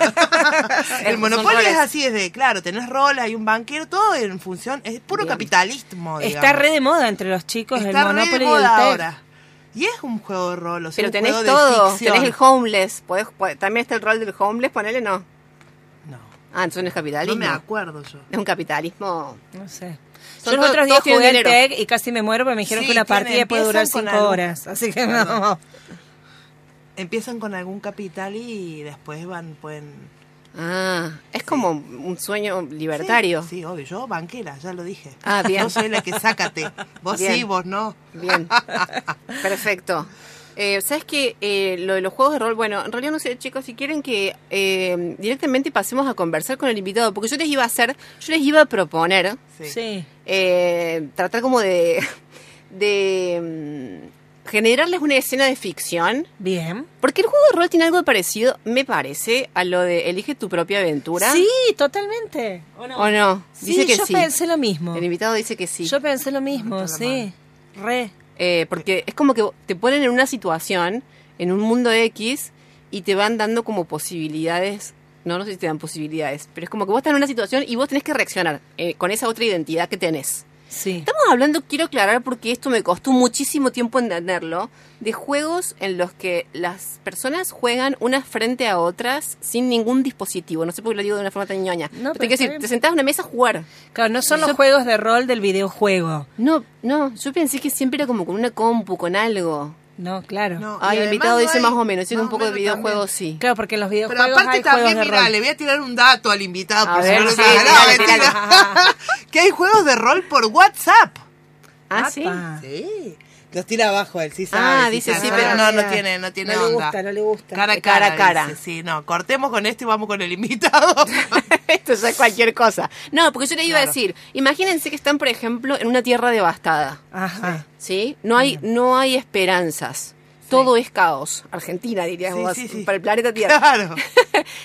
[SPEAKER 5] el
[SPEAKER 1] Son
[SPEAKER 5] monopolio
[SPEAKER 1] roles.
[SPEAKER 5] es así, es de, claro, tenés roles, hay un banquero, todo en función, es puro capitalismo.
[SPEAKER 2] Está
[SPEAKER 5] digamos.
[SPEAKER 2] re de moda entre los chicos
[SPEAKER 5] Está
[SPEAKER 2] el
[SPEAKER 5] re de
[SPEAKER 2] Monopoly y el
[SPEAKER 5] moda
[SPEAKER 2] Ted.
[SPEAKER 5] ahora. Y es un juego de rol, o sea,
[SPEAKER 1] Pero
[SPEAKER 5] un
[SPEAKER 1] tenés
[SPEAKER 5] juego de
[SPEAKER 1] todo.
[SPEAKER 5] ficción.
[SPEAKER 1] Tenés el homeless. Podés- po- también está el rol del homeless, ponele no.
[SPEAKER 5] No,
[SPEAKER 1] Ah, entonces no es
[SPEAKER 5] no
[SPEAKER 1] capitalismo.
[SPEAKER 5] me acuerdo yo.
[SPEAKER 1] es un capitalismo.
[SPEAKER 2] No sé.
[SPEAKER 1] Son
[SPEAKER 2] Yo los
[SPEAKER 1] to-
[SPEAKER 2] otros días
[SPEAKER 1] todos tienen
[SPEAKER 2] jugué al
[SPEAKER 1] dinero.
[SPEAKER 2] TEC y casi me muero, pero me dijeron
[SPEAKER 5] Sí,
[SPEAKER 2] que una
[SPEAKER 5] tienen-
[SPEAKER 2] partida puede durar
[SPEAKER 5] empiezan con
[SPEAKER 2] cinco
[SPEAKER 5] algo.
[SPEAKER 2] horas. Así que no.
[SPEAKER 5] Perdón. Empiezan con algún capital y después van, pueden...
[SPEAKER 1] Ah, es como un sueño libertario.
[SPEAKER 5] Sí, sí, obvio, yo banquera, ya lo dije.
[SPEAKER 1] Ah, bien.
[SPEAKER 5] (laughs) Yo soy la que
[SPEAKER 1] (laughs)
[SPEAKER 5] sácate. Vos
[SPEAKER 1] Bien.
[SPEAKER 5] sí, vos no. (laughs)
[SPEAKER 1] Bien. Perfecto. Eh, ¿Sabes qué? Eh, lo de los juegos de rol, bueno, en realidad no sé, chicos, si quieren que eh, directamente pasemos a conversar con el invitado, porque yo les iba a hacer, yo les iba a proponer
[SPEAKER 5] Sí.
[SPEAKER 2] Sí.
[SPEAKER 1] eh, tratar como de, de mm, generarles una escena de ficción.
[SPEAKER 2] Bien.
[SPEAKER 1] Porque el juego de rol tiene algo parecido, me parece, a lo de elige tu propia aventura.
[SPEAKER 2] Sí, totalmente.
[SPEAKER 1] ¿O no? Dice
[SPEAKER 2] sí,
[SPEAKER 1] que
[SPEAKER 2] yo
[SPEAKER 1] sí.
[SPEAKER 2] pensé lo mismo.
[SPEAKER 1] El invitado dice que sí.
[SPEAKER 2] Yo pensé lo mismo, sí. Re.
[SPEAKER 1] Eh, porque es como que te ponen en una situación, en un mundo X, y te van dando como posibilidades. No, no sé si te dan posibilidades, pero es como que vos estás en una situación y vos tenés que reaccionar eh, con esa otra identidad que tenés.
[SPEAKER 2] Sí.
[SPEAKER 1] Estamos hablando, quiero aclarar porque esto me costó muchísimo tiempo entenderlo, de juegos en los que las personas juegan unas frente a otras sin ningún dispositivo. No sé por qué lo digo de una forma tan ñoña.
[SPEAKER 2] No,
[SPEAKER 1] Pero
[SPEAKER 2] pero
[SPEAKER 1] te, quiero
[SPEAKER 2] está
[SPEAKER 1] decir,
[SPEAKER 2] bien.
[SPEAKER 1] te sentás a una mesa a jugar.
[SPEAKER 2] Claro, no son los juegos de rol del videojuego.
[SPEAKER 1] No, no, yo pensé que siempre era como con una compu, con algo.
[SPEAKER 2] No, claro.
[SPEAKER 5] No,
[SPEAKER 1] Ay,
[SPEAKER 5] y
[SPEAKER 1] el
[SPEAKER 5] además
[SPEAKER 1] invitado
[SPEAKER 5] no
[SPEAKER 1] dice
[SPEAKER 5] hay-
[SPEAKER 1] más o menos, tiene
[SPEAKER 5] más
[SPEAKER 1] un
[SPEAKER 5] o
[SPEAKER 1] poco de
[SPEAKER 5] menos también.
[SPEAKER 1] videojuegos, sí.
[SPEAKER 2] Claro, porque en los
[SPEAKER 5] Pero
[SPEAKER 2] videojuegos
[SPEAKER 5] aparte
[SPEAKER 2] hay juegos
[SPEAKER 5] también,
[SPEAKER 2] de
[SPEAKER 5] mira,
[SPEAKER 2] rol.
[SPEAKER 5] le voy a tirar un dato al invitado.
[SPEAKER 1] A
[SPEAKER 5] por si
[SPEAKER 1] ver,
[SPEAKER 5] no lo
[SPEAKER 1] sí,
[SPEAKER 5] sabe. No,
[SPEAKER 1] tirale,
[SPEAKER 5] mentira.
[SPEAKER 2] tirale.
[SPEAKER 5] (laughs) que hay juegos de rol por WhatsApp.
[SPEAKER 1] Ah, sí.
[SPEAKER 2] Apa.
[SPEAKER 5] Sí. Los tira abajo él, sí sabe.
[SPEAKER 1] Ah, dice
[SPEAKER 5] sabe.
[SPEAKER 1] sí, pero-
[SPEAKER 5] no, no tiene, no tiene
[SPEAKER 2] No le
[SPEAKER 5] onda.
[SPEAKER 2] gusta, no le gusta.
[SPEAKER 5] Cara a
[SPEAKER 1] Cara
[SPEAKER 5] cara.
[SPEAKER 1] a cara.
[SPEAKER 5] dice, sí, no, cortemos con esto y vamos con el invitado.
[SPEAKER 1] (laughs) Esto ya es cualquier cosa. No, porque yo le iba a
[SPEAKER 5] Claro.
[SPEAKER 1] decir, imagínense que están, por ejemplo, en una tierra devastada,
[SPEAKER 2] Ajá.
[SPEAKER 1] ¿sí? No hay, no hay esperanzas. Todo es caos. Argentina, dirías
[SPEAKER 5] Sí,
[SPEAKER 1] vos,
[SPEAKER 5] sí, sí.
[SPEAKER 1] para el
[SPEAKER 5] (laughs)
[SPEAKER 1] planeta Tierra.
[SPEAKER 5] claro.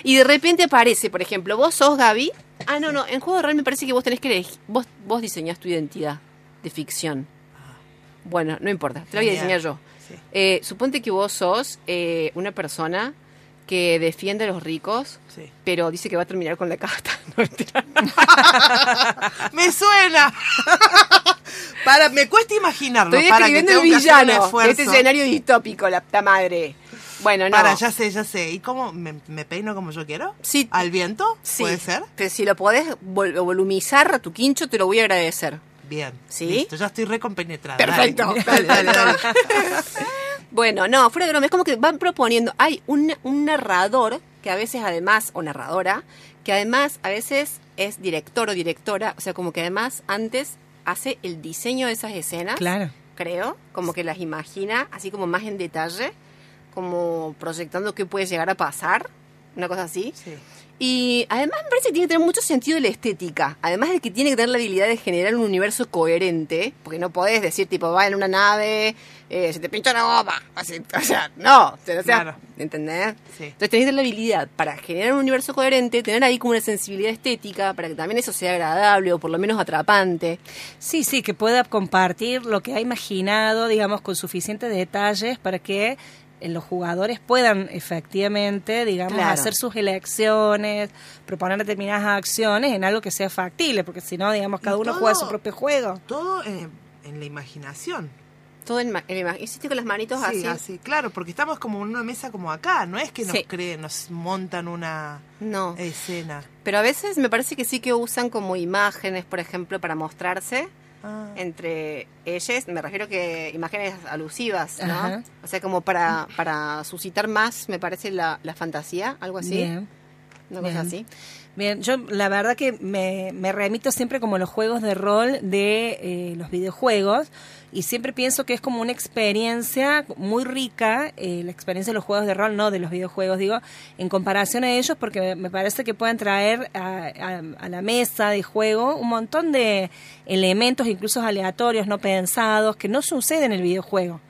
[SPEAKER 1] y de repente aparece, por ejemplo, vos sos Gaby. Ah, no, no, en Juego de Rol me parece que vos tenés que elegir, vos, vos diseñás tu identidad de ficción. Bueno, no importa, te la voy a
[SPEAKER 5] Ah. Genial.
[SPEAKER 1] diseñar yo.
[SPEAKER 5] Sí.
[SPEAKER 1] Eh, suponte que vos sos eh, una persona que defiende a los ricos,
[SPEAKER 5] Sí.
[SPEAKER 1] pero dice que va a terminar con la casta. (laughs) No, mentira.
[SPEAKER 5] Me suena. Para, me cuesta imaginarlo.
[SPEAKER 1] Estoy
[SPEAKER 5] para que
[SPEAKER 1] describiendo el
[SPEAKER 5] tengo que hacer un
[SPEAKER 1] villano de este
[SPEAKER 5] esfuerzo.
[SPEAKER 1] escenario distópico, la puta madre. Bueno, no.
[SPEAKER 5] Para, ya sé, ya sé. ¿Y cómo me, me peino como yo quiero?
[SPEAKER 1] Sí.
[SPEAKER 5] ¿Al viento?
[SPEAKER 1] Sí,
[SPEAKER 5] ¿Puede ser?
[SPEAKER 1] Pero si lo podés vol- volumizar a tu quincho, te lo voy a agradecer.
[SPEAKER 5] Bien.
[SPEAKER 1] Sí.
[SPEAKER 5] Listo, ya estoy recompenetrada.
[SPEAKER 1] Perfecto,
[SPEAKER 5] (laughs) Dale, dale, dale.
[SPEAKER 1] Bueno, no, fuera de broma, es como que van proponiendo. Hay un, un narrador que a veces además, o narradora, que además a veces es director o directora, o sea, como que además antes hace el diseño de esas escenas.
[SPEAKER 2] Claro.
[SPEAKER 1] Creo, como que las imagina, así como más en detalle, como proyectando qué puede llegar a pasar, una cosa así.
[SPEAKER 5] Sí.
[SPEAKER 1] Y además me parece que tiene que tener mucho sentido de la estética. Además de que tiene que tener la habilidad de generar un universo coherente, porque no podés decir, tipo, va en una nave, eh, se te pincha una goma. Así, o sea, no. O sea, no sea-
[SPEAKER 5] Claro.
[SPEAKER 1] ¿Entendés?
[SPEAKER 5] Sí.
[SPEAKER 1] Entonces tenés que tener la habilidad para generar un universo coherente, tener ahí como una sensibilidad estética, para que también eso sea agradable o por lo menos atrapante.
[SPEAKER 2] Sí, sí, que pueda compartir lo que ha imaginado, digamos, con suficientes detalles para que los jugadores puedan efectivamente, digamos,
[SPEAKER 1] Claro.
[SPEAKER 2] hacer sus elecciones, proponer determinadas acciones en algo que sea factible, porque si no, digamos, cada
[SPEAKER 5] Y
[SPEAKER 2] uno juega
[SPEAKER 5] todo-
[SPEAKER 2] su propio juego.
[SPEAKER 5] Todo en, en la imaginación.
[SPEAKER 1] Todo en, ma- en la imagen. Hiciste con las manitos así.
[SPEAKER 5] Sí, así, claro, porque estamos como en una mesa como acá, no es que nos
[SPEAKER 2] Sí.
[SPEAKER 5] creen, nos montan una
[SPEAKER 1] No.
[SPEAKER 5] Eh. escena.
[SPEAKER 1] Pero a veces me parece que sí que usan como imágenes, por ejemplo, para mostrarse Eh,
[SPEAKER 5] Ah,
[SPEAKER 1] entre ellas. Me refiero que imágenes alusivas, ¿no?
[SPEAKER 2] Ajá.
[SPEAKER 1] O sea, como para, para suscitar más, me parece, la, la fantasía, algo
[SPEAKER 5] Pues
[SPEAKER 1] así.
[SPEAKER 2] Bien.
[SPEAKER 1] Una cosa
[SPEAKER 2] bien.
[SPEAKER 1] así.
[SPEAKER 2] Bien, yo la verdad que me, me remito siempre como a los juegos de rol de eh, los videojuegos y siempre pienso que es como una experiencia muy rica, eh, la experiencia de los juegos de rol, no de los videojuegos, digo, en comparación a ellos porque me- me parece que pueden traer a, a- a la mesa de juego un montón de elementos, incluso aleatorios, no pensados, que no suceden en el videojuego.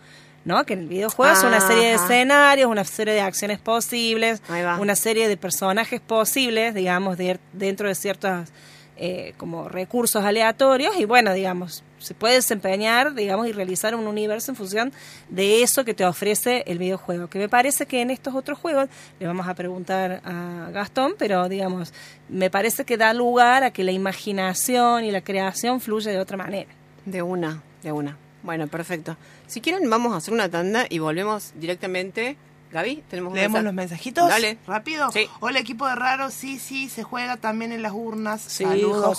[SPEAKER 2] ¿No? Que en el videojuego es una serie de
[SPEAKER 1] Ajá.
[SPEAKER 2] escenarios, una serie de acciones posibles,
[SPEAKER 1] Ahí va.
[SPEAKER 2] una serie de personajes posibles, digamos, de- dentro de ciertos eh, como recursos aleatorios y bueno, digamos, se puede desempeñar, digamos, y realizar un universo en función de eso que te ofrece el videojuego. Que me parece que en estos otros juegos, le vamos a preguntar a Gastón, pero digamos, me parece que da lugar a que la imaginación y la creación fluya de otra manera.
[SPEAKER 1] De una, de una. Bueno, perfecto. Si quieren, vamos a hacer una tanda y volvemos directamente. Gaby, tenemos un
[SPEAKER 5] Leemos
[SPEAKER 1] mensaje?
[SPEAKER 5] los mensajitos.
[SPEAKER 1] Dale.
[SPEAKER 5] Rápido.
[SPEAKER 1] Sí.
[SPEAKER 5] Hola, equipo de raros. Sí, sí, se juega también en las urnas.
[SPEAKER 2] Sí,
[SPEAKER 5] Saludos,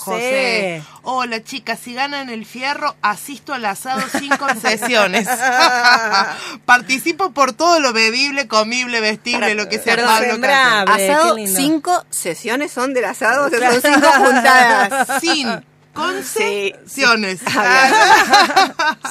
[SPEAKER 2] José.
[SPEAKER 5] José. Hola, chicas. Si ganan el fierro, asisto al asado sin
[SPEAKER 1] (laughs)
[SPEAKER 5] concesiones. (laughs) Participo por todo lo bebible, comible, vestible, lo que sea
[SPEAKER 1] Perdón,
[SPEAKER 5] Pablo (laughs)
[SPEAKER 2] sembrá. Abre,
[SPEAKER 1] Asado,
[SPEAKER 2] qué lindo.
[SPEAKER 1] cinco sesiones son del asado, o sea, son cinco
[SPEAKER 2] (laughs)
[SPEAKER 5] (laughs)
[SPEAKER 1] juntadas.
[SPEAKER 5] Cárcel. Sin concesiones.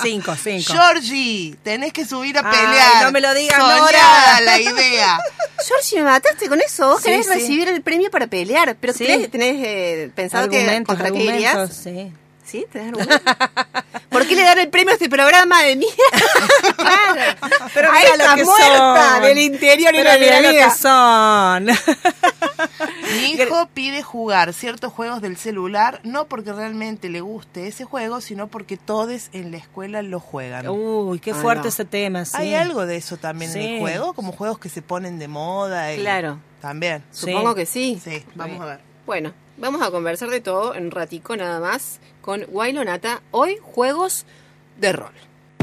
[SPEAKER 2] Cinco, cinco.
[SPEAKER 5] Georgie, tenés que subir a
[SPEAKER 2] Ay,
[SPEAKER 5] pelear.
[SPEAKER 2] no me lo digas,
[SPEAKER 5] Soñada
[SPEAKER 2] Nora.
[SPEAKER 5] la idea.
[SPEAKER 2] (laughs)
[SPEAKER 1] Georgie, me mataste con eso. Vos
[SPEAKER 2] Sí,
[SPEAKER 1] querés
[SPEAKER 2] sí.
[SPEAKER 1] recibir el premio para pelear, pero
[SPEAKER 2] Sí.
[SPEAKER 1] ¿tenés, tenés, eh, pensado que
[SPEAKER 2] argumentos,
[SPEAKER 1] contra qué
[SPEAKER 2] argumentos,
[SPEAKER 1] irías?
[SPEAKER 2] sí.
[SPEAKER 1] ¿Sí? ¿Tenés argumentos? (laughs) ¿Por qué le dan el premio a este programa de mierda? claro.
[SPEAKER 2] Pero
[SPEAKER 1] Ahí
[SPEAKER 2] mira lo
[SPEAKER 1] está
[SPEAKER 2] que
[SPEAKER 1] muerta
[SPEAKER 2] son.
[SPEAKER 1] del interior y
[SPEAKER 2] Pero
[SPEAKER 1] de
[SPEAKER 2] mira
[SPEAKER 1] la
[SPEAKER 2] lo que
[SPEAKER 1] vida.
[SPEAKER 2] son. (laughs)
[SPEAKER 5] Mi hijo pide jugar ciertos juegos del celular, no porque realmente le guste ese juego, sino porque todos en la escuela lo juegan.
[SPEAKER 2] (laughs) Uy, qué
[SPEAKER 1] Ahí
[SPEAKER 2] fuerte
[SPEAKER 1] va.
[SPEAKER 2] ese tema, Uh, sí.
[SPEAKER 5] Hay algo de eso también en
[SPEAKER 2] Sí.
[SPEAKER 5] el juego, como juegos que se ponen de moda. y-
[SPEAKER 1] Claro.
[SPEAKER 5] También.
[SPEAKER 2] Sí.
[SPEAKER 1] Supongo que sí.
[SPEAKER 5] Sí, vamos a ver.
[SPEAKER 1] Bueno, vamos a conversar de todo en un ratico nada más con Wailonata. Hoy, juegos de rol.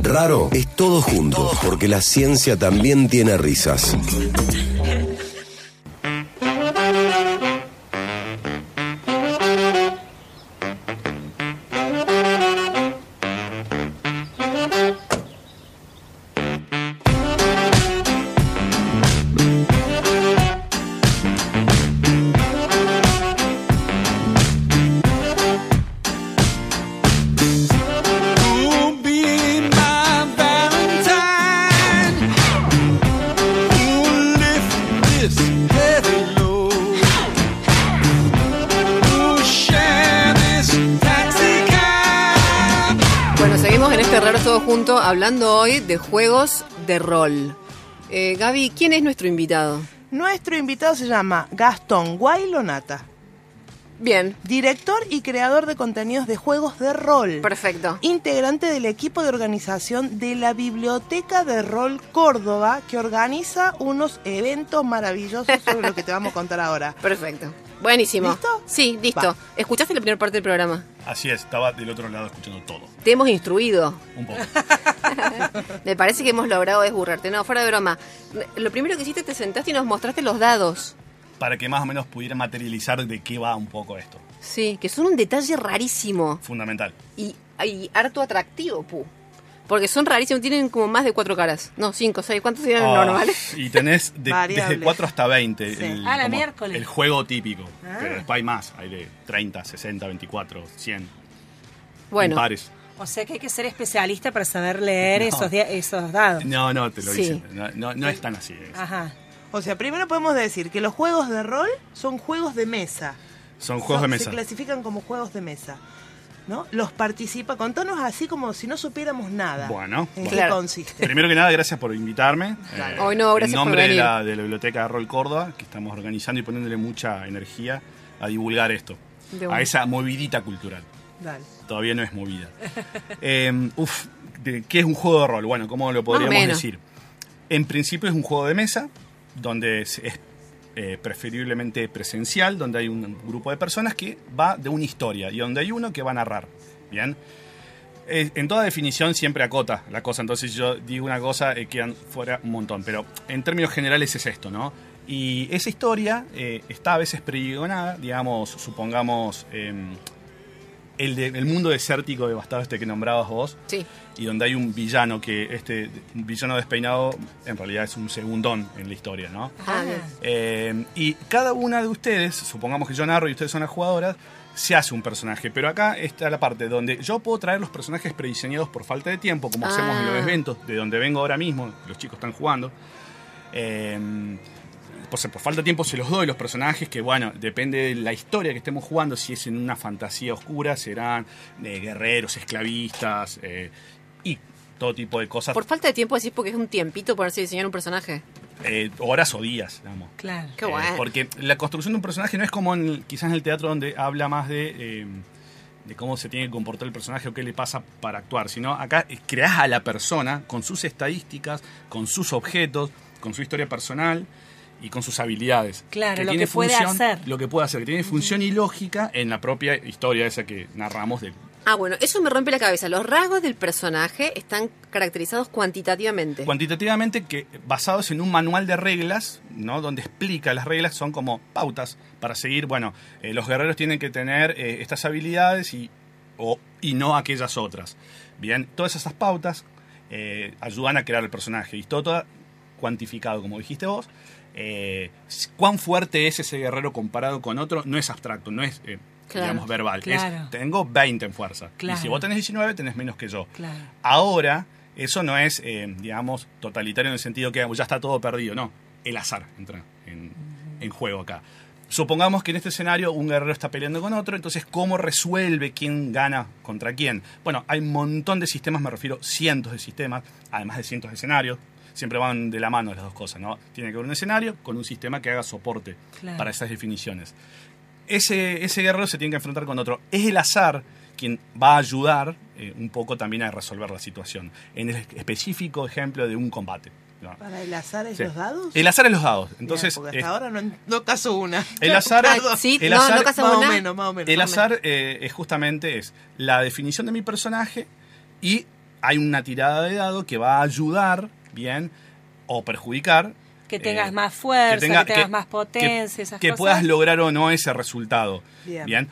[SPEAKER 6] Raro es todo junto, porque la ciencia también tiene risas.
[SPEAKER 4] You'll be my Valentine. You'll lift this heavy load. You'll share this taxi cab.
[SPEAKER 1] Bueno, seguimos en este raro todo junto hablando hoy de juegos de rol. Eh, Gaby, ¿quién es nuestro invitado?
[SPEAKER 5] Nuestro invitado se llama Gastón Guailonata,
[SPEAKER 1] Bien,
[SPEAKER 5] director y creador de contenidos de juegos de rol.
[SPEAKER 1] perfecto.
[SPEAKER 5] integrante del equipo de organización de la Biblioteca de Rol Córdoba, que organiza unos eventos maravillosos sobre lo que te vamos a contar ahora.
[SPEAKER 1] Perfecto. Buenísimo.
[SPEAKER 5] ¿Listo?
[SPEAKER 1] Sí, listo.
[SPEAKER 5] Va.
[SPEAKER 1] ¿Escuchaste la primera parte del programa?
[SPEAKER 7] Así es, estaba del otro lado escuchando todo,
[SPEAKER 1] Te hemos instruido.
[SPEAKER 7] un poco.
[SPEAKER 1] Me parece que hemos logrado desburrarte. No, fuera de broma. Lo primero que hiciste, te sentaste y nos mostraste los dados.
[SPEAKER 7] para que más o menos pudiera materializar de qué va un poco esto.
[SPEAKER 1] Sí, que son un detalle rarísimo.
[SPEAKER 7] Fundamental.
[SPEAKER 1] y, y harto atractivo, pu. Porque son rarísimos, tienen como más de cuatro caras. No, cinco, seis, ¿cuántos tienen
[SPEAKER 7] Ah,
[SPEAKER 1] normales?
[SPEAKER 7] Y tenés de-
[SPEAKER 5] Variables.
[SPEAKER 7] desde 4 hasta 20.
[SPEAKER 5] Sí.
[SPEAKER 7] El,
[SPEAKER 2] Ah, la
[SPEAKER 7] como
[SPEAKER 2] miércoles.
[SPEAKER 7] El juego típico. Pero después hay más, hay de 30, 60, 24, 100.
[SPEAKER 1] Bueno,
[SPEAKER 7] Impares.
[SPEAKER 2] O sea que hay que ser especialista para saber leer
[SPEAKER 7] No.
[SPEAKER 2] esos, dia- esos dados.
[SPEAKER 7] No, no, te lo
[SPEAKER 1] Sí.
[SPEAKER 7] dicen. No, no, no es tan así. es-
[SPEAKER 2] Ajá.
[SPEAKER 5] O sea, primero podemos decir que los juegos de rol son juegos de mesa.
[SPEAKER 7] Son juegos de
[SPEAKER 5] Son-
[SPEAKER 7] mesa.
[SPEAKER 5] Se clasifican como juegos de mesa. ¿No? Los participa, contanos así como si no supiéramos nada.
[SPEAKER 7] Bueno,
[SPEAKER 5] ¿En
[SPEAKER 7] bueno.
[SPEAKER 5] qué
[SPEAKER 1] Claro.
[SPEAKER 5] consiste?
[SPEAKER 7] Primero que nada, gracias por invitarme. Eh,
[SPEAKER 5] Claro.
[SPEAKER 1] Ay, no, gracias
[SPEAKER 7] en nombre
[SPEAKER 1] por venir.
[SPEAKER 7] De, la, de la Biblioteca de Rol Córdoba, que estamos organizando y poniéndole mucha energía a divulgar esto.
[SPEAKER 1] De una.
[SPEAKER 7] A esa movidita cultural.
[SPEAKER 5] Dale.
[SPEAKER 7] Todavía no es movida. Eh, uf, de- ¿qué es un juego de rol? Bueno, ¿cómo lo podríamos
[SPEAKER 1] menos.
[SPEAKER 7] decir? En principio es un juego de mesa, donde es, es, eh, preferiblemente presencial, donde hay un grupo de personas que va de una historia y donde hay uno que va a narrar. Bien. Eh, en toda definición siempre acota la cosa, entonces si yo digo una cosa eh, quedan fuera un montón, pero en términos generales es esto, ¿no? Y esa historia eh, está a veces preguionada, digamos, supongamos em, el, de- el mundo desértico devastado este que nombrabas vos,
[SPEAKER 1] Sí.
[SPEAKER 7] y donde hay un villano que este un villano despeinado en realidad es un segundón en la historia, ¿no?
[SPEAKER 1] Ah, bien.
[SPEAKER 7] Eh, y cada una de ustedes, supongamos que yo narro y ustedes son las jugadoras, se hace un personaje. Pero acá está la parte donde yo puedo traer los personajes prediseñados por falta de tiempo, como hacemos en los
[SPEAKER 1] Ah.
[SPEAKER 7] eventos, de donde vengo ahora mismo, los chicos están jugando. Eh, por, ser- por falta de tiempo se los doy los personajes que, bueno, depende de la historia que estemos jugando, si es en una fantasía oscura, serán eh, guerreros, esclavistas eh, y todo tipo de cosas,
[SPEAKER 1] Por falta de tiempo decís porque es un tiempito para diseñar un personaje.
[SPEAKER 7] eh, horas o días, digamos.
[SPEAKER 2] Claro.
[SPEAKER 1] Qué
[SPEAKER 7] Eh,
[SPEAKER 1] bueno.
[SPEAKER 7] porque la construcción de un personaje no es como en el- quizás en el teatro donde habla más de, eh, de cómo se tiene que comportar el personaje o qué le pasa para actuar, sino acá eh, creás a la persona con sus estadísticas, con sus objetos, con su historia personal y con sus habilidades.
[SPEAKER 2] Claro, lo que puede hacer.
[SPEAKER 7] Lo que puede hacer, que tiene función y lógica en la propia historia esa que narramos de...
[SPEAKER 1] Ah, bueno, eso me rompe la cabeza. Los rasgos del personaje están caracterizados cuantitativamente.
[SPEAKER 7] Cuantitativamente que basados en un manual de reglas, ¿no? Donde explica las reglas, son como pautas para seguir, bueno, eh, los guerreros tienen que tener eh, estas habilidades y, o- y no aquellas otras. Bien, todas esas pautas eh, ayudan a crear el personaje. Y todo, todo cuantificado, como dijiste vos. Eh, cuán fuerte es ese guerrero comparado con otro no es abstracto, no es, eh,
[SPEAKER 1] Claro,
[SPEAKER 7] digamos, verbal. Es,
[SPEAKER 2] claro.
[SPEAKER 7] tengo 20 en fuerza. Y si
[SPEAKER 2] Claro.
[SPEAKER 7] vos tenés 19, tenés menos que yo.
[SPEAKER 2] Claro.
[SPEAKER 7] Ahora, eso no es, eh, digamos, totalitario en el sentido que ya está todo perdido, no. El azar entra en, en juego acá. Supongamos que en este escenario un guerrero está peleando con otro, entonces ¿cómo resuelve quién gana contra quién? Bueno, hay un montón de sistemas, me refiero cientos de sistemas, además de cientos de escenarios. Siempre van de la mano las dos cosas, ¿no? Tiene que haber un escenario con un sistema que haga soporte
[SPEAKER 2] Claro.
[SPEAKER 7] para esas definiciones ese, ese guerrero se tiene que enfrentar con otro. Es el azar quien va a ayudar eh, un poco también a resolver la situación. En el específico ejemplo de un combate. ¿no?
[SPEAKER 5] ¿Para el azar es
[SPEAKER 7] Sí.
[SPEAKER 5] los dados?
[SPEAKER 7] El azar es los dados.
[SPEAKER 5] Mirá,
[SPEAKER 7] Entonces,
[SPEAKER 5] porque
[SPEAKER 7] eh,
[SPEAKER 5] hasta ahora no, no caso una.
[SPEAKER 7] el azar,
[SPEAKER 1] Ay, Ah, sí,
[SPEAKER 7] el
[SPEAKER 1] no,
[SPEAKER 7] azar-
[SPEAKER 1] no
[SPEAKER 5] Más
[SPEAKER 1] casa
[SPEAKER 5] o
[SPEAKER 1] una.
[SPEAKER 5] menos, más o menos.
[SPEAKER 7] el
[SPEAKER 5] Más o
[SPEAKER 7] azar eh, es justamente es la definición de mi personaje y hay una tirada de dado que va a ayudar, bien, o perjudicar.
[SPEAKER 2] Que
[SPEAKER 7] eh,
[SPEAKER 2] tengas más fuerza, que,
[SPEAKER 7] tenga-
[SPEAKER 2] tengas
[SPEAKER 7] que-
[SPEAKER 2] más potencia,
[SPEAKER 7] que-
[SPEAKER 2] esas
[SPEAKER 7] que
[SPEAKER 2] cosas.
[SPEAKER 7] puedas lograr o no ese resultado.
[SPEAKER 5] Bien.
[SPEAKER 7] Bien.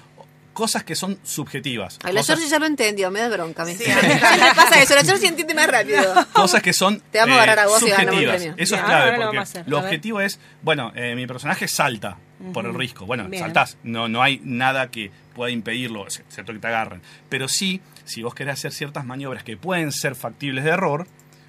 [SPEAKER 7] Cosas que son subjetivas.
[SPEAKER 1] Ay, la
[SPEAKER 7] cosas-
[SPEAKER 1] Georgie ya lo entendió, me da bronca. a mí.
[SPEAKER 5] Sí.
[SPEAKER 1] Ya (laughs) le pasa eso, la Georgie entiende más rápido.
[SPEAKER 7] (laughs) cosas que son
[SPEAKER 1] Te vamos a agarrar a vos y ganamos el
[SPEAKER 7] subjetivas.
[SPEAKER 1] premio.
[SPEAKER 7] Eso
[SPEAKER 2] Bien,
[SPEAKER 7] es
[SPEAKER 2] ahora
[SPEAKER 7] clave
[SPEAKER 2] lo vamos
[SPEAKER 7] porque
[SPEAKER 2] a hacer.
[SPEAKER 7] lo
[SPEAKER 2] A ver.
[SPEAKER 7] objetivo es, bueno, eh, mi personaje salta por el risco. Bueno,
[SPEAKER 2] Bien.
[SPEAKER 7] saltás, no, no hay nada que pueda impedirlo, es cierto que te agarren. Pero sí, si vos querés hacer ciertas maniobras que pueden ser factibles de error,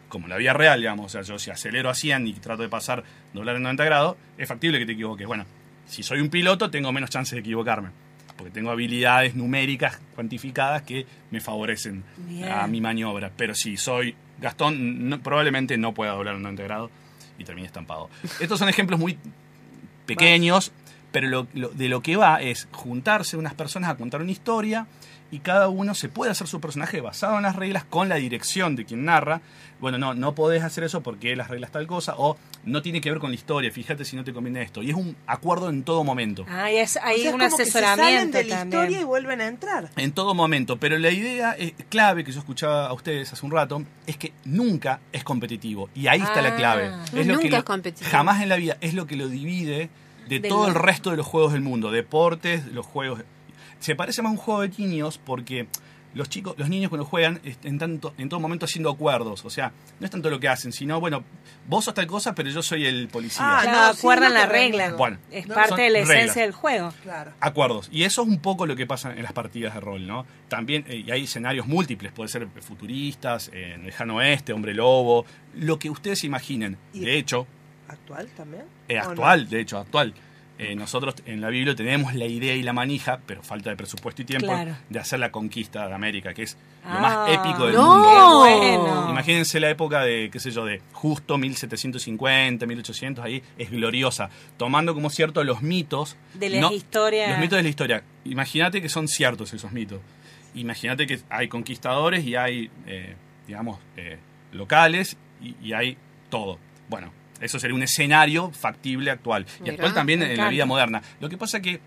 [SPEAKER 7] como en la vía real, digamos, o sea, yo si acelero a 100 y trato de pasar, doblar en 90 grados, es factible que te equivoques. Bueno, si soy un piloto, tengo menos chances de equivocarme. Porque tengo habilidades numéricas cuantificadas que me favorecen
[SPEAKER 2] Bien.
[SPEAKER 7] a mi maniobra. Pero si soy Gastón, no- probablemente no pueda doblar un 90 grados y termine estampado. Estos son ejemplos muy pequeños, pero lo- lo- de lo que va es juntarse unas personas a contar una historia y cada uno se puede hacer su personaje basado en las reglas con la dirección de quien narra. Bueno, no, no podés hacer eso porque las reglas tal cosa o no tiene que ver con la historia, fíjate si no te conviene esto. Y es un acuerdo en todo momento.
[SPEAKER 2] Ah, y es, hay
[SPEAKER 5] O sea, es
[SPEAKER 2] un
[SPEAKER 5] como que se salen
[SPEAKER 2] asesoramiento
[SPEAKER 5] de la
[SPEAKER 2] también.
[SPEAKER 5] historia y vuelven a entrar.
[SPEAKER 7] En todo momento, pero la idea eh, clave que yo escuchaba a ustedes hace un rato es que nunca es competitivo. Y ahí está
[SPEAKER 2] Ah.
[SPEAKER 7] la clave.
[SPEAKER 1] No,
[SPEAKER 7] lo que
[SPEAKER 1] nunca
[SPEAKER 7] lo-
[SPEAKER 1] es competitivo.
[SPEAKER 7] Jamás en la vida. Es lo que lo divide de
[SPEAKER 2] Del-
[SPEAKER 7] todo el resto de los juegos del mundo. Deportes, los juegos... Se parece más a un juego de niños porque los chicos, los niños cuando juegan est- en, tanto, en todo momento haciendo acuerdos. O sea, no es tanto lo que hacen, sino, bueno, vos sos tal cosa, pero yo soy el policía.
[SPEAKER 5] Ah,
[SPEAKER 2] Claro,
[SPEAKER 5] no, sí,
[SPEAKER 2] acuerdan
[SPEAKER 5] no
[SPEAKER 2] la
[SPEAKER 5] te
[SPEAKER 2] regla.
[SPEAKER 5] renuevo.
[SPEAKER 7] Bueno,
[SPEAKER 2] es
[SPEAKER 7] no,
[SPEAKER 2] parte
[SPEAKER 7] son
[SPEAKER 2] de la esencia
[SPEAKER 7] reglas.
[SPEAKER 2] del juego.
[SPEAKER 5] Claro.
[SPEAKER 7] acuerdos. Y eso es un poco lo que pasa en las partidas de rol, ¿no? También eh, y hay escenarios múltiples, puede ser futuristas, eh, en lejano oeste, hombre lobo, lo que ustedes imaginen.
[SPEAKER 5] Y-
[SPEAKER 7] De hecho,
[SPEAKER 5] ¿Actual también?
[SPEAKER 7] eh,
[SPEAKER 5] ¿O no?
[SPEAKER 7] actual, de hecho, actual. Eh, nosotros en la Biblia tenemos la idea y la manija, pero falta de presupuesto y tiempo,
[SPEAKER 2] Claro.
[SPEAKER 7] de hacer la conquista de América, que es
[SPEAKER 2] Ah,
[SPEAKER 7] lo más épico del
[SPEAKER 1] ¡no!
[SPEAKER 7] mundo.
[SPEAKER 2] Qué bueno.
[SPEAKER 7] Imagínense la época de, qué sé yo, de justo 1750, 1800, ahí es gloriosa, tomando como cierto los mitos.
[SPEAKER 2] De las historias.
[SPEAKER 7] Los mitos de la historia. Imagínate que son ciertos esos mitos. Imagínate que hay conquistadores y hay, eh, digamos, eh, locales y, y hay todo. Bueno, eso sería un escenario factible actual. y
[SPEAKER 1] Mirá,
[SPEAKER 7] actual también
[SPEAKER 1] me
[SPEAKER 7] en la
[SPEAKER 1] encanta.
[SPEAKER 7] vida moderna. Lo que pasa que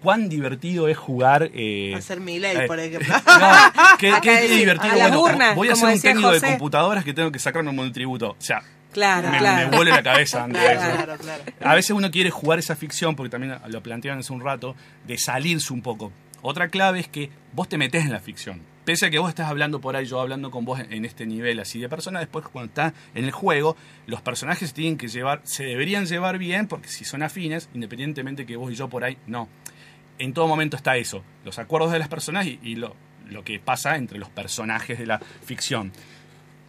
[SPEAKER 7] cuán divertido es jugar... eh,
[SPEAKER 5] Hacer Milei,
[SPEAKER 7] eh, (laughs)
[SPEAKER 5] por ejemplo.
[SPEAKER 7] no, qué,
[SPEAKER 2] Acá
[SPEAKER 7] qué
[SPEAKER 2] decir,
[SPEAKER 7] divertido.
[SPEAKER 2] a la
[SPEAKER 7] bueno,
[SPEAKER 2] urna,
[SPEAKER 7] voy a
[SPEAKER 2] como
[SPEAKER 7] ser un
[SPEAKER 2] decía
[SPEAKER 7] técnico de
[SPEAKER 2] José.
[SPEAKER 7] computadoras que tengo que sacarme un monotributo. O sea,
[SPEAKER 2] Claro,
[SPEAKER 7] me,
[SPEAKER 2] claro.
[SPEAKER 7] me vuelve la cabeza. Andrés.
[SPEAKER 5] Claro, claro, claro.
[SPEAKER 7] A veces uno quiere jugar esa ficción, porque también lo planteaban hace un rato, de salirse un poco. Otra clave es que vos te metés en la ficción. Pese a que vos estás hablando por ahí, yo hablando con vos en- en este nivel así de persona, después cuando estás en el juego, los personajes se tienen que llevar, se deberían llevar bien, porque si son afines, independientemente que vos y yo por ahí, no. En todo momento está eso, los acuerdos de las personas y, y lo, lo que pasa entre los personajes de la ficción.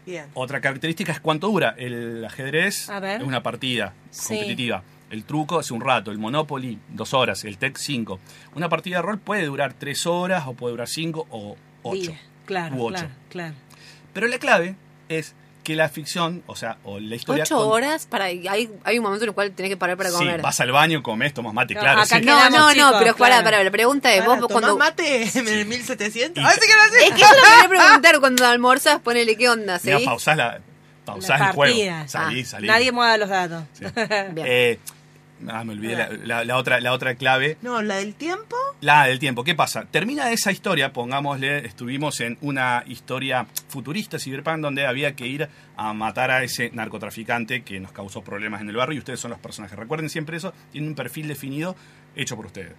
[SPEAKER 5] Bien.
[SPEAKER 7] Otra característica es cuánto dura. El ajedrez
[SPEAKER 2] A ver.
[SPEAKER 7] es una partida
[SPEAKER 2] Sí.
[SPEAKER 7] competitiva. El truco es un rato, el Monopoly dos horas, el Tech cinco. Una partida de rol puede durar tres horas o puede durar cinco o ocho.
[SPEAKER 2] Día. Claro,
[SPEAKER 7] u ocho.
[SPEAKER 2] claro, claro.
[SPEAKER 7] Pero la clave es que la ficción, o sea, o la historia...
[SPEAKER 1] Ocho
[SPEAKER 7] con-
[SPEAKER 1] horas para hay, hay un momento en el cual tenés que parar para
[SPEAKER 7] Sí,
[SPEAKER 1] comer.
[SPEAKER 7] vas al baño, comes, tomas mate,
[SPEAKER 2] No,
[SPEAKER 7] claro.
[SPEAKER 2] acá
[SPEAKER 7] sí.
[SPEAKER 1] no,
[SPEAKER 2] Quedamos,
[SPEAKER 1] no,
[SPEAKER 2] chicos,
[SPEAKER 1] no, pero
[SPEAKER 2] claro.
[SPEAKER 1] para, la pregunta es,
[SPEAKER 5] Ahora,
[SPEAKER 1] Eh, vos
[SPEAKER 5] ¿tomás
[SPEAKER 1] cuando (laughs)
[SPEAKER 5] mate en el 1700?
[SPEAKER 7] Y-
[SPEAKER 5] ¡Ay, sí que lo sé!
[SPEAKER 1] Es que yo lo quería preguntar cuando almorzás, ponele qué onda, ¿sí?
[SPEAKER 7] Mirá, pausás, la, pausás
[SPEAKER 2] La
[SPEAKER 7] el juego.
[SPEAKER 2] partida.
[SPEAKER 7] Salí,
[SPEAKER 1] Ah,
[SPEAKER 7] salí.
[SPEAKER 2] Nadie mueva los datos. (laughs)
[SPEAKER 7] Sí.
[SPEAKER 1] Bien.
[SPEAKER 7] Eh, ah, me olvidé la, la- la otra, la otra clave.
[SPEAKER 5] No, la del tiempo.
[SPEAKER 7] La del tiempo, ¿qué pasa? Termina esa historia, pongámosle, estuvimos en una historia futurista, Cyberpunk, donde había que ir a matar a ese narcotraficante que nos causó problemas en el barrio y ustedes son los personajes. Recuerden siempre eso, tienen un perfil definido hecho por ustedes.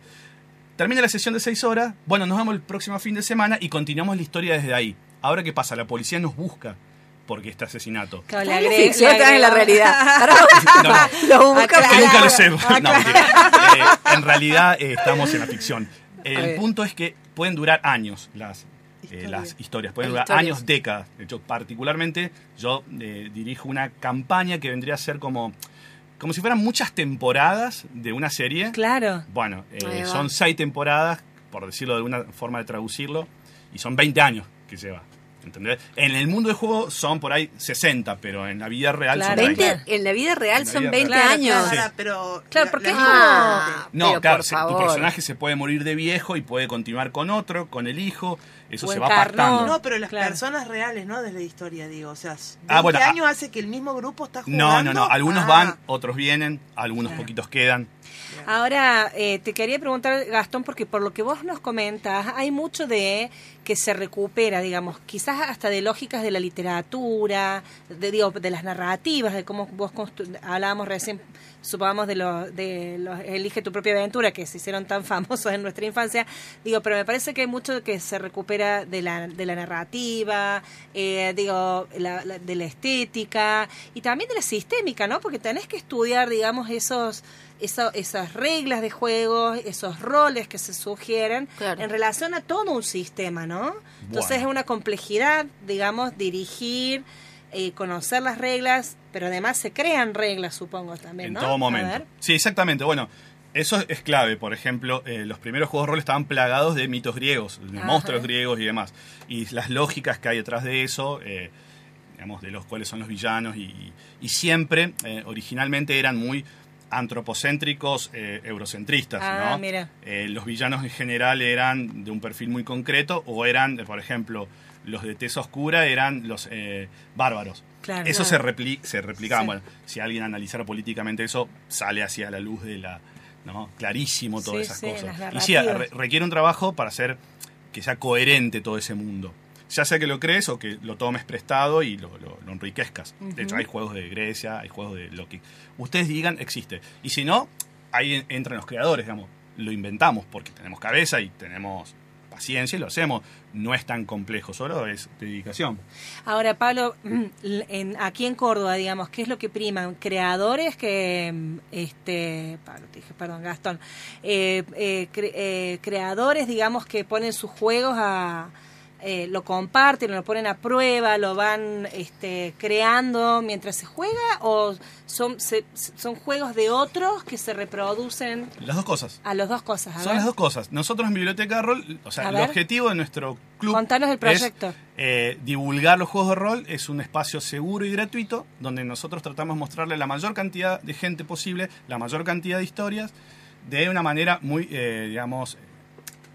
[SPEAKER 7] Termina la sesión de seis horas, bueno, nos vemos el próximo fin de semana y continuamos la historia desde ahí. Ahora, ¿qué pasa? La policía nos busca porque este asesinato.
[SPEAKER 2] Claro,
[SPEAKER 1] La
[SPEAKER 2] le agre-
[SPEAKER 1] ficción
[SPEAKER 2] le
[SPEAKER 1] está en la
[SPEAKER 2] agrego-
[SPEAKER 1] realidad.
[SPEAKER 7] No, no.
[SPEAKER 1] Lo busca
[SPEAKER 2] Aclara.
[SPEAKER 7] Que nunca lo sé.
[SPEAKER 2] Claro. (laughs) Ah,
[SPEAKER 7] No,
[SPEAKER 2] claro.
[SPEAKER 7] mentira. Eh, en realidad eh, estamos en la ficción. El
[SPEAKER 1] bien.
[SPEAKER 7] punto es que pueden durar años las, eh,
[SPEAKER 5] Historias.
[SPEAKER 7] las historias, pueden
[SPEAKER 1] Las
[SPEAKER 7] durar
[SPEAKER 1] historias.
[SPEAKER 7] años, décadas. De hecho, particularmente yo eh, dirijo una campaña que vendría a ser como, como si fueran muchas temporadas de una serie.
[SPEAKER 2] (laughs) Claro.
[SPEAKER 7] Bueno, eh,
[SPEAKER 1] Ahí va.
[SPEAKER 7] son seis temporadas, por decirlo de alguna forma de traducirlo, y son 20 años que lleva. ¿Entendés? En el mundo del juego son por ahí 60, pero en la vida real
[SPEAKER 2] Claro.
[SPEAKER 7] son
[SPEAKER 1] 20, en la vida real
[SPEAKER 7] En la
[SPEAKER 1] son
[SPEAKER 7] vida
[SPEAKER 1] 20
[SPEAKER 2] real.
[SPEAKER 1] años.
[SPEAKER 2] Claro,
[SPEAKER 5] Ahora, pero.
[SPEAKER 2] Claro,
[SPEAKER 5] la-
[SPEAKER 2] porque
[SPEAKER 5] la-
[SPEAKER 2] es
[SPEAKER 1] Ah,
[SPEAKER 7] No,
[SPEAKER 1] pero
[SPEAKER 7] claro,
[SPEAKER 1] por
[SPEAKER 7] se- tu
[SPEAKER 1] favor.
[SPEAKER 7] personaje se puede morir de viejo y puede continuar con otro, con el hijo, eso
[SPEAKER 2] O
[SPEAKER 7] se
[SPEAKER 2] en
[SPEAKER 7] va
[SPEAKER 2] carno.
[SPEAKER 7] pactando.
[SPEAKER 5] No, pero las
[SPEAKER 2] Claro.
[SPEAKER 5] personas reales, ¿no? Desde la historia, digo. O sea, 20
[SPEAKER 7] Ah, bueno, ah.
[SPEAKER 5] años hace que el mismo grupo está jugando.
[SPEAKER 7] No, no, no, algunos
[SPEAKER 5] Ah,
[SPEAKER 7] van, otros vienen, algunos
[SPEAKER 1] Ah.
[SPEAKER 7] poquitos quedan.
[SPEAKER 2] Ahora, eh, te quería preguntar, Gastón, porque por lo que vos nos comentas, hay mucho de que se recupera, digamos, quizás hasta de lógicas de la literatura, de, digo, de las narrativas, de cómo vos constru- hablábamos recién, supongamos, de los, de los Elige tu propia aventura, que se hicieron tan (laughs) famosos en nuestra infancia, digo, pero me parece que hay mucho que se recupera de la, de la narrativa, eh, digo, la- la- de la estética y también de la sistémica, ¿no? Porque tenés que estudiar, digamos, esos eso- esas reglas de juego, esos roles que se sugieren
[SPEAKER 1] Claro.
[SPEAKER 2] en relación a todo un sistema, ¿no? Entonces
[SPEAKER 7] Bueno.
[SPEAKER 2] es una complejidad, digamos, dirigir, eh, conocer las reglas, pero además se crean reglas, supongo, también,
[SPEAKER 7] En
[SPEAKER 2] ¿no?
[SPEAKER 7] todo
[SPEAKER 2] A
[SPEAKER 7] momento.
[SPEAKER 2] ver.
[SPEAKER 7] Sí, exactamente. Bueno, eso es clave. Por ejemplo, eh, los primeros juegos de rol estaban plagados de mitos griegos, de
[SPEAKER 2] Ajá.
[SPEAKER 7] monstruos griegos y demás. Y las lógicas que hay detrás de eso, eh, digamos, de los cuales son los villanos. Y, y- y siempre, eh, originalmente, eran muy antropocéntricos, eh, eurocentristas.
[SPEAKER 2] Ah,
[SPEAKER 7] ¿no?
[SPEAKER 2] mira.
[SPEAKER 7] Eh, los villanos en general eran de un perfil muy concreto o eran, eh, por ejemplo, los de Tesa Oscura eran los eh, bárbaros.
[SPEAKER 2] Claro.
[SPEAKER 7] Eso
[SPEAKER 2] Claro.
[SPEAKER 7] se, repli- se replicaban.
[SPEAKER 2] Sí.
[SPEAKER 7] Bueno, si alguien analizara políticamente eso, sale hacia la luz de la. ¿no? Clarísimo todas
[SPEAKER 2] Sí,
[SPEAKER 7] esas
[SPEAKER 2] sí,
[SPEAKER 7] cosas.
[SPEAKER 2] las
[SPEAKER 7] Y sí,
[SPEAKER 2] narrativas.
[SPEAKER 7] re- requiere un trabajo para hacer que sea coherente todo ese mundo. Ya sea que lo crees o que lo tomes prestado y lo, lo- lo enriquezcas. De hecho, hay juegos de Grecia, hay juegos de lo que ustedes digan existe. Y si no, ahí en- entran los creadores, digamos. Lo inventamos porque tenemos cabeza y tenemos paciencia y lo hacemos. No es tan complejo, solo es dedicación.
[SPEAKER 2] Ahora, Pablo, (clears throat) en, aquí en Córdoba, digamos, ¿qué es lo que priman? Creadores que, mm, este, Pablo, te dije, perdón, Gastón, Eh, eh, cre- eh, creadores, digamos, que ponen sus juegos a, eh, lo comparten, lo ponen a prueba, lo van este, creando mientras se juega o son, se- son juegos de otros que se reproducen
[SPEAKER 7] Las dos cosas.
[SPEAKER 2] a las dos cosas. A
[SPEAKER 7] Son
[SPEAKER 2] ver.
[SPEAKER 7] las dos cosas. Nosotros en Biblioteca de Rol, o
[SPEAKER 2] A
[SPEAKER 7] sea, el
[SPEAKER 2] ver.
[SPEAKER 7] objetivo de nuestro club.
[SPEAKER 2] Contanos el
[SPEAKER 7] es,
[SPEAKER 2] proyecto.
[SPEAKER 7] eh, divulgar los juegos de rol es un espacio seguro y gratuito donde nosotros tratamos de mostrarle a la mayor cantidad de gente posible, la mayor cantidad de historias, de una manera muy, eh, digamos,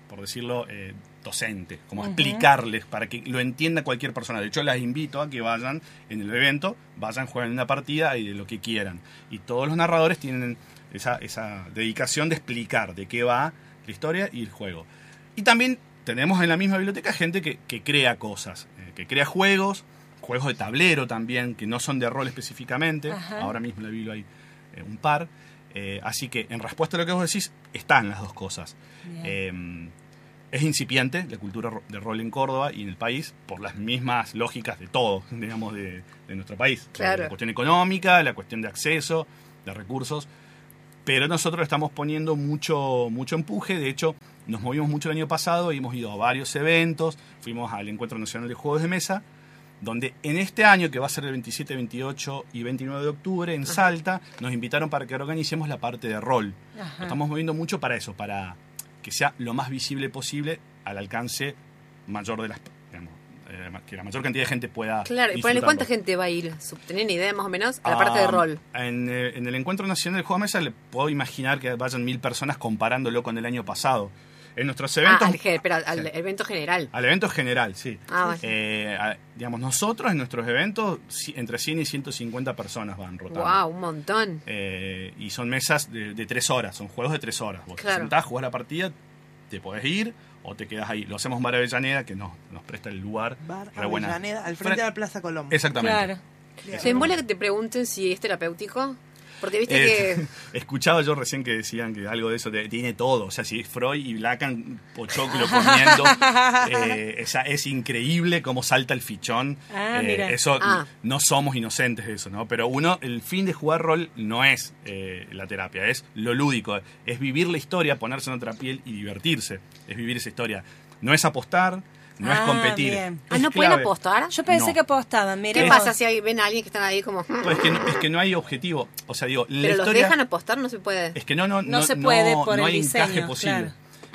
[SPEAKER 7] por decirlo, eh, docente, como explicarles para que lo entienda cualquier persona. De hecho, las invito a que vayan en el evento, vayan, jueguen una partida y de lo que quieran. Y todos los narradores tienen esa, esa dedicación de explicar de qué va la historia y el juego. Y también tenemos en la misma biblioteca gente que, que crea cosas, eh, que crea juegos, juegos de tablero también, que no son de rol específicamente. Ahora mismo en la Biblia hay eh, un par. Eh, así que, en respuesta a lo que vos decís, están las dos cosas. Eh, es incipiente la cultura ro- de rol en Córdoba y en el país por las mismas lógicas de todo, (laughs) digamos, de, de nuestro país.
[SPEAKER 1] Claro.
[SPEAKER 7] La cuestión económica, la cuestión de acceso, de recursos. Pero nosotros le estamos poniendo mucho, mucho empuje. De hecho, nos movimos mucho el año pasado y hemos ido a varios eventos. Fuimos al Encuentro Nacional de Juegos de Mesa, donde en este año, que va a ser el 27, 28 y 29 de octubre en Salta, nos invitaron para que organicemos la parte de rol. Nos estamos moviendo mucho para eso, para que sea lo más visible posible al alcance mayor de las. digamos, eh, que la mayor cantidad de gente pueda.
[SPEAKER 1] Claro, y ponele cuánta
[SPEAKER 7] disfrutarlo.
[SPEAKER 1] gente va a ir. Su- ¿Tienen idea más o menos? A la parte de
[SPEAKER 7] Ah,
[SPEAKER 1] rol.
[SPEAKER 7] En, eh, en el Encuentro Nacional de Juego de Mesa le puedo imaginar que vayan mil personas comparándolo con el año pasado. En nuestros
[SPEAKER 1] Ah,
[SPEAKER 7] eventos...
[SPEAKER 1] al, ge- pero al- al
[SPEAKER 7] Sí. Ah,
[SPEAKER 1] evento general.
[SPEAKER 7] Al evento general, sí.
[SPEAKER 1] Ah, vale.
[SPEAKER 7] Eh, a- digamos, nosotros en nuestros eventos ci- entre 100 y 150 personas van rotando.
[SPEAKER 1] Wow, un montón.
[SPEAKER 7] Eh, y son mesas de, de tres horas, son juegos de tres horas. Vos
[SPEAKER 1] Claro.
[SPEAKER 7] te sentás, jugás la partida, te podés ir o te quedás ahí. Lo hacemos en Bar Avellaneda, que nos, nos presta el lugar.
[SPEAKER 5] Bar
[SPEAKER 7] Re buena.
[SPEAKER 5] Avellaneda, al frente de
[SPEAKER 7] Fre-
[SPEAKER 5] la Plaza Colón.
[SPEAKER 7] Exactamente.
[SPEAKER 2] Claro.
[SPEAKER 1] ¿Te embola que te pregunten si es terapéutico? Porque viste
[SPEAKER 7] (laughs) Eh,
[SPEAKER 1] que.
[SPEAKER 7] Escuchaba yo recién que decían que algo de eso te- tiene todo. O sea, si es Freud y Lacan, Pochoclo
[SPEAKER 1] (laughs)
[SPEAKER 7] comiendo. eh, esa- es increíble cómo salta el fichón. Eh,
[SPEAKER 2] Ah, mira.
[SPEAKER 7] Eso,
[SPEAKER 1] Ah.
[SPEAKER 7] no somos inocentes de eso, ¿no? Pero uno, el fin de jugar rol no es eh, la terapia, es lo lúdico. Es vivir la historia, ponerse en otra piel y divertirse. Es vivir esa historia. No es apostar, no es
[SPEAKER 2] Ah,
[SPEAKER 7] competir.
[SPEAKER 2] bien.
[SPEAKER 1] Ah,
[SPEAKER 7] Es
[SPEAKER 1] ¿no pueden
[SPEAKER 7] clave.
[SPEAKER 1] apostar?
[SPEAKER 2] Yo pensé
[SPEAKER 7] No.
[SPEAKER 2] que apostaban, mira.
[SPEAKER 1] ¿Qué
[SPEAKER 2] vos.
[SPEAKER 1] pasa si hay- ven a alguien que están ahí como. "Mm"?
[SPEAKER 7] No, es, que, no- es que no hay objetivo. O sea, digo, la
[SPEAKER 1] Pero los
[SPEAKER 7] Pues, historia-
[SPEAKER 1] dejan apostar, no se puede.
[SPEAKER 7] es que no, no,
[SPEAKER 2] No se puede por
[SPEAKER 7] no
[SPEAKER 2] el
[SPEAKER 7] hay encaje
[SPEAKER 2] diseño,
[SPEAKER 7] posible.
[SPEAKER 2] claro.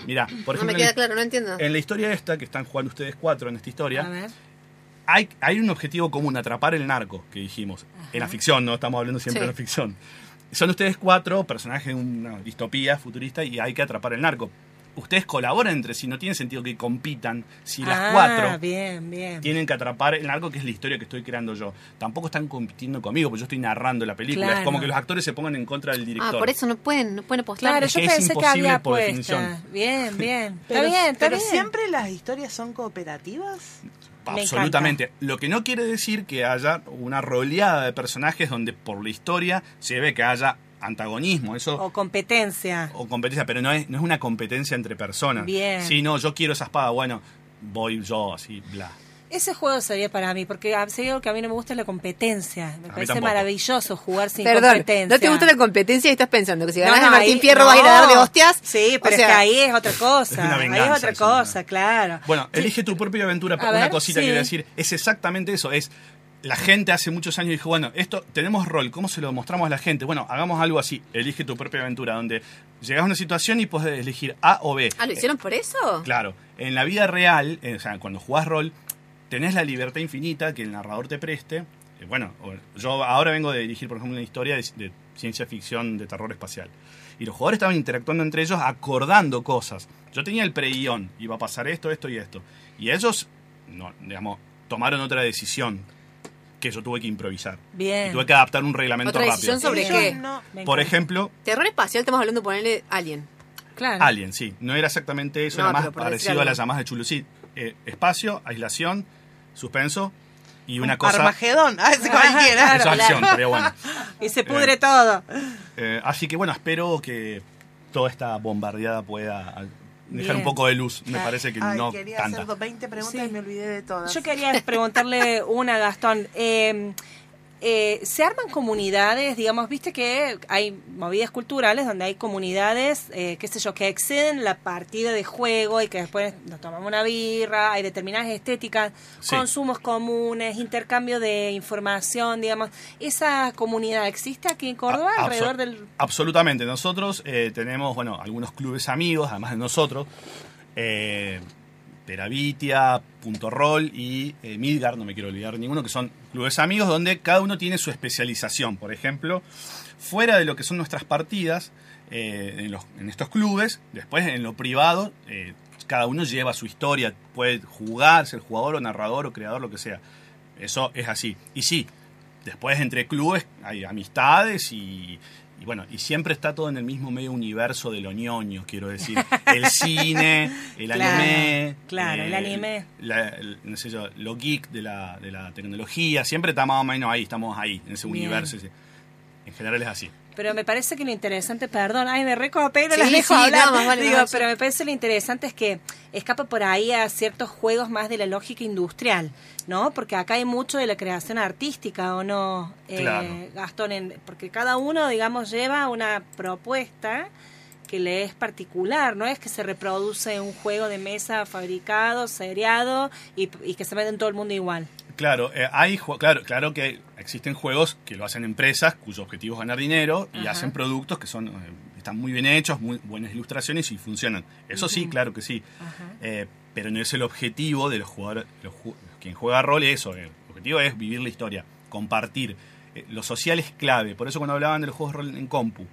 [SPEAKER 7] Mira, por
[SPEAKER 1] No
[SPEAKER 7] ejemplo,
[SPEAKER 1] me
[SPEAKER 7] en
[SPEAKER 1] queda
[SPEAKER 7] la-
[SPEAKER 1] claro, no entiendo.
[SPEAKER 2] Ah,
[SPEAKER 7] en la historia esta que están jugando ustedes cuatro en esta
[SPEAKER 2] A
[SPEAKER 7] historia,
[SPEAKER 2] ver.
[SPEAKER 7] hay, hay un objetivo común, atrapar el narco, que dijimos. En la ficción, ¿no? Estamos hablando siempre
[SPEAKER 1] Sí.
[SPEAKER 7] de la ficción. Son ustedes cuatro personajes de una distopía futurista y hay que atrapar el narco. Ustedes colaboran entre sí, no tiene sentido que compitan si las
[SPEAKER 2] ah,
[SPEAKER 7] cuatro
[SPEAKER 2] Bien, bien.
[SPEAKER 7] tienen que atrapar el narco, que es la historia que estoy creando yo. Tampoco están compitiendo conmigo, porque yo estoy narrando la película.
[SPEAKER 2] Claro.
[SPEAKER 7] Es como que los actores se pongan en contra del
[SPEAKER 1] Ah,
[SPEAKER 7] director.
[SPEAKER 1] por eso no pueden, no pueden apostar.
[SPEAKER 2] Claro,
[SPEAKER 7] Es
[SPEAKER 2] yo
[SPEAKER 7] que es
[SPEAKER 2] pensé que había
[SPEAKER 7] imposible por
[SPEAKER 2] apuesta.
[SPEAKER 7] definición.
[SPEAKER 2] Bien, bien.
[SPEAKER 5] Pero,
[SPEAKER 2] está bien, está
[SPEAKER 5] pero
[SPEAKER 2] bien.
[SPEAKER 5] siempre las historias son cooperativas.
[SPEAKER 2] Me
[SPEAKER 7] Absolutamente. Lo que no quiere decir que haya una roleada de personajes donde por la historia se ve que haya antagonismo, eso
[SPEAKER 2] O competencia.
[SPEAKER 7] o competencia, pero no es, no es una competencia entre personas.
[SPEAKER 2] Bien.
[SPEAKER 7] Si no, yo quiero esa espada, bueno, voy yo así, bla.
[SPEAKER 2] Ese juego sería para mí, porque a- si hay algo que a mí no me gusta es la competencia. Me
[SPEAKER 7] mí
[SPEAKER 2] parece
[SPEAKER 7] tampoco.
[SPEAKER 2] maravilloso jugar sin
[SPEAKER 1] Perdón,
[SPEAKER 2] competencia.
[SPEAKER 1] no te gusta la competencia y estás pensando que si ganas de
[SPEAKER 2] No, no,
[SPEAKER 1] Martín
[SPEAKER 2] ahí-
[SPEAKER 1] Fierro vas a ir a
[SPEAKER 2] no.
[SPEAKER 1] darle hostias.
[SPEAKER 2] Sí, pero
[SPEAKER 1] O sea,
[SPEAKER 2] es que ahí es otra
[SPEAKER 7] Es
[SPEAKER 2] cosa. ahí
[SPEAKER 7] una
[SPEAKER 2] es
[SPEAKER 7] venganza
[SPEAKER 2] otra
[SPEAKER 7] eso, ¿no?
[SPEAKER 2] cosa, claro.
[SPEAKER 7] Bueno, elige tu propia aventura, pero
[SPEAKER 2] A
[SPEAKER 7] una
[SPEAKER 2] ver,
[SPEAKER 7] cosita
[SPEAKER 2] sí.
[SPEAKER 7] quiero decir, es exactamente eso, es la gente hace muchos años dijo, bueno, esto tenemos rol, ¿cómo se lo mostramos a la gente? Bueno, hagamos algo así, elige tu propia aventura, donde llegas a una situación y puedes elegir A o B.
[SPEAKER 1] Ah, ¿lo hicieron por eso?
[SPEAKER 7] Claro, en la vida real, eh, o sea, cuando jugás rol, tenés la libertad infinita que el narrador te preste. Eh, Bueno, o- yo ahora vengo de dirigir, por ejemplo, una historia de, de ciencia ficción de terror espacial. Y los jugadores estaban interactuando entre ellos, acordando cosas. Yo tenía el pre-guión, iba a pasar esto, esto y esto. Y ellos, no, digamos, tomaron otra decisión que yo tuve que improvisar.
[SPEAKER 2] Bien.
[SPEAKER 7] Y tuve que adaptar un reglamento
[SPEAKER 1] ¿Otra
[SPEAKER 7] rápido.
[SPEAKER 1] decisión sobre
[SPEAKER 5] Ellos
[SPEAKER 1] qué?
[SPEAKER 5] no-
[SPEAKER 2] Me
[SPEAKER 7] Por
[SPEAKER 2] encanta.
[SPEAKER 7] ejemplo,
[SPEAKER 1] Terror espacial, estamos hablando de ponerle
[SPEAKER 7] (laughs)
[SPEAKER 1] Alien.
[SPEAKER 2] Claro.
[SPEAKER 7] Alien, sí. No era exactamente eso,
[SPEAKER 1] No,
[SPEAKER 7] era más
[SPEAKER 1] pero por decir
[SPEAKER 7] parecido
[SPEAKER 1] algo.
[SPEAKER 7] a las llamadas de Chulu. Sí, eh, espacio, aislación, suspenso y una cosa...
[SPEAKER 5] Armagedón, ah, ese cualquiera.
[SPEAKER 7] Eso es acción, pero bueno.
[SPEAKER 2] Y se pudre todo.
[SPEAKER 7] Eh, así que bueno, espero que toda esta bombardeada pueda al- dejar
[SPEAKER 2] Bien.
[SPEAKER 7] un poco de luz. Me
[SPEAKER 2] Ah,
[SPEAKER 7] parece que
[SPEAKER 5] Ay,
[SPEAKER 7] no
[SPEAKER 5] quería
[SPEAKER 7] tanta.
[SPEAKER 5] hacer 20 preguntas
[SPEAKER 2] Sí.
[SPEAKER 5] y me olvidé de todas.
[SPEAKER 2] Yo quería preguntarle una, Gastón. Eh, eh, ¿Se arman comunidades? Digamos, viste que hay movidas culturales donde hay comunidades, eh, qué sé yo, que exceden la partida de juego y que después nos tomamos una birra, hay determinadas estéticas,
[SPEAKER 7] Sí.
[SPEAKER 2] consumos comunes, intercambio de información, digamos. ¿Esa comunidad existe aquí en Córdoba
[SPEAKER 7] A-
[SPEAKER 2] alrededor
[SPEAKER 7] absol-
[SPEAKER 2] del...?
[SPEAKER 7] Absolutamente. Nosotros eh, tenemos, bueno, algunos clubes amigos, además de nosotros. Eh, Terabitia, Punto Roll y eh, Midgar, no me quiero olvidar de ninguno, que son clubes amigos donde cada uno tiene su especialización. Por ejemplo, fuera de lo que son nuestras partidas, eh, en, los- en estos clubes. Después, en lo privado, eh, cada uno lleva su historia, puede jugar, ser jugador o narrador o creador, lo que sea. Eso es así. Y sí, después entre clubes hay amistades y, y bueno, y siempre está todo en el mismo medio universo de lo ñoño, quiero decir.
[SPEAKER 2] (laughs)
[SPEAKER 7] El cine, el
[SPEAKER 2] Claro,
[SPEAKER 7] anime. eh,
[SPEAKER 2] claro, el anime.
[SPEAKER 7] la- el- no sé yo, lo geek de la, de la tecnología, siempre está más o menos ahí, estamos ahí, en ese
[SPEAKER 2] Bien.
[SPEAKER 7] universo. ese. En general es así.
[SPEAKER 2] Pero me parece que lo interesante, perdón, ay, me recopé y no
[SPEAKER 1] Sí,
[SPEAKER 2] las dejo
[SPEAKER 1] sí,
[SPEAKER 2] hablar.
[SPEAKER 1] no, más vale,
[SPEAKER 2] Digo,
[SPEAKER 1] más vale.
[SPEAKER 2] pero me parece lo interesante es que escapa por ahí a ciertos juegos más de la lógica industrial, ¿no? Porque acá hay mucho de la creación artística, ¿o no, eh,
[SPEAKER 7] Claro.
[SPEAKER 2] Gastón? En- porque cada uno, digamos, lleva una propuesta que le es particular, ¿no? Es que se reproduce un juego de mesa fabricado, seriado y, y que se vende en todo el mundo igual.
[SPEAKER 7] Claro, eh, hay jue- claro, claro que existen juegos que lo hacen empresas cuyo objetivo es ganar dinero y
[SPEAKER 2] Ajá.
[SPEAKER 7] hacen productos que son eh, están muy bien hechos, muy buenas ilustraciones y funcionan. Eso sí, claro que sí. Eh, pero no es el objetivo de los jugadores, los ju- quien juega rol es eso. El objetivo es vivir la historia, compartir. Eh, lo social es clave. Por eso cuando hablaban de los juegos de rol en compu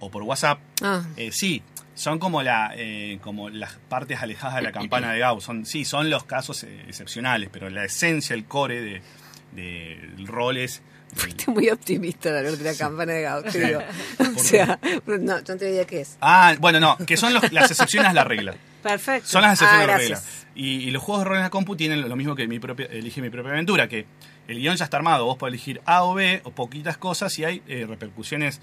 [SPEAKER 7] o por WhatsApp,
[SPEAKER 1] Ah,
[SPEAKER 7] eh, sí, son como, la, eh, como las partes alejadas de la campana de Gauss. Son, sí, son los casos eh, excepcionales, pero la esencia, el core de, del rol es...
[SPEAKER 1] fuiste muy optimista de hablar de la campana de
[SPEAKER 7] (laughs)
[SPEAKER 1] Gauss, te digo. O
[SPEAKER 7] qué?
[SPEAKER 1] sea, no, yo no te diría qué es.
[SPEAKER 7] Ah, bueno, no, que son los- las excepciones a la regla.
[SPEAKER 2] Perfecto.
[SPEAKER 7] Son las excepciones
[SPEAKER 1] Ah,
[SPEAKER 7] a la regla.
[SPEAKER 1] gracias.
[SPEAKER 7] Y, y los juegos de rol en la compu tienen lo- lo mismo que mi propia, elige mi propia aventura, que el guión ya está armado, vos podés elegir A o B o poquitas cosas y hay eh, repercusiones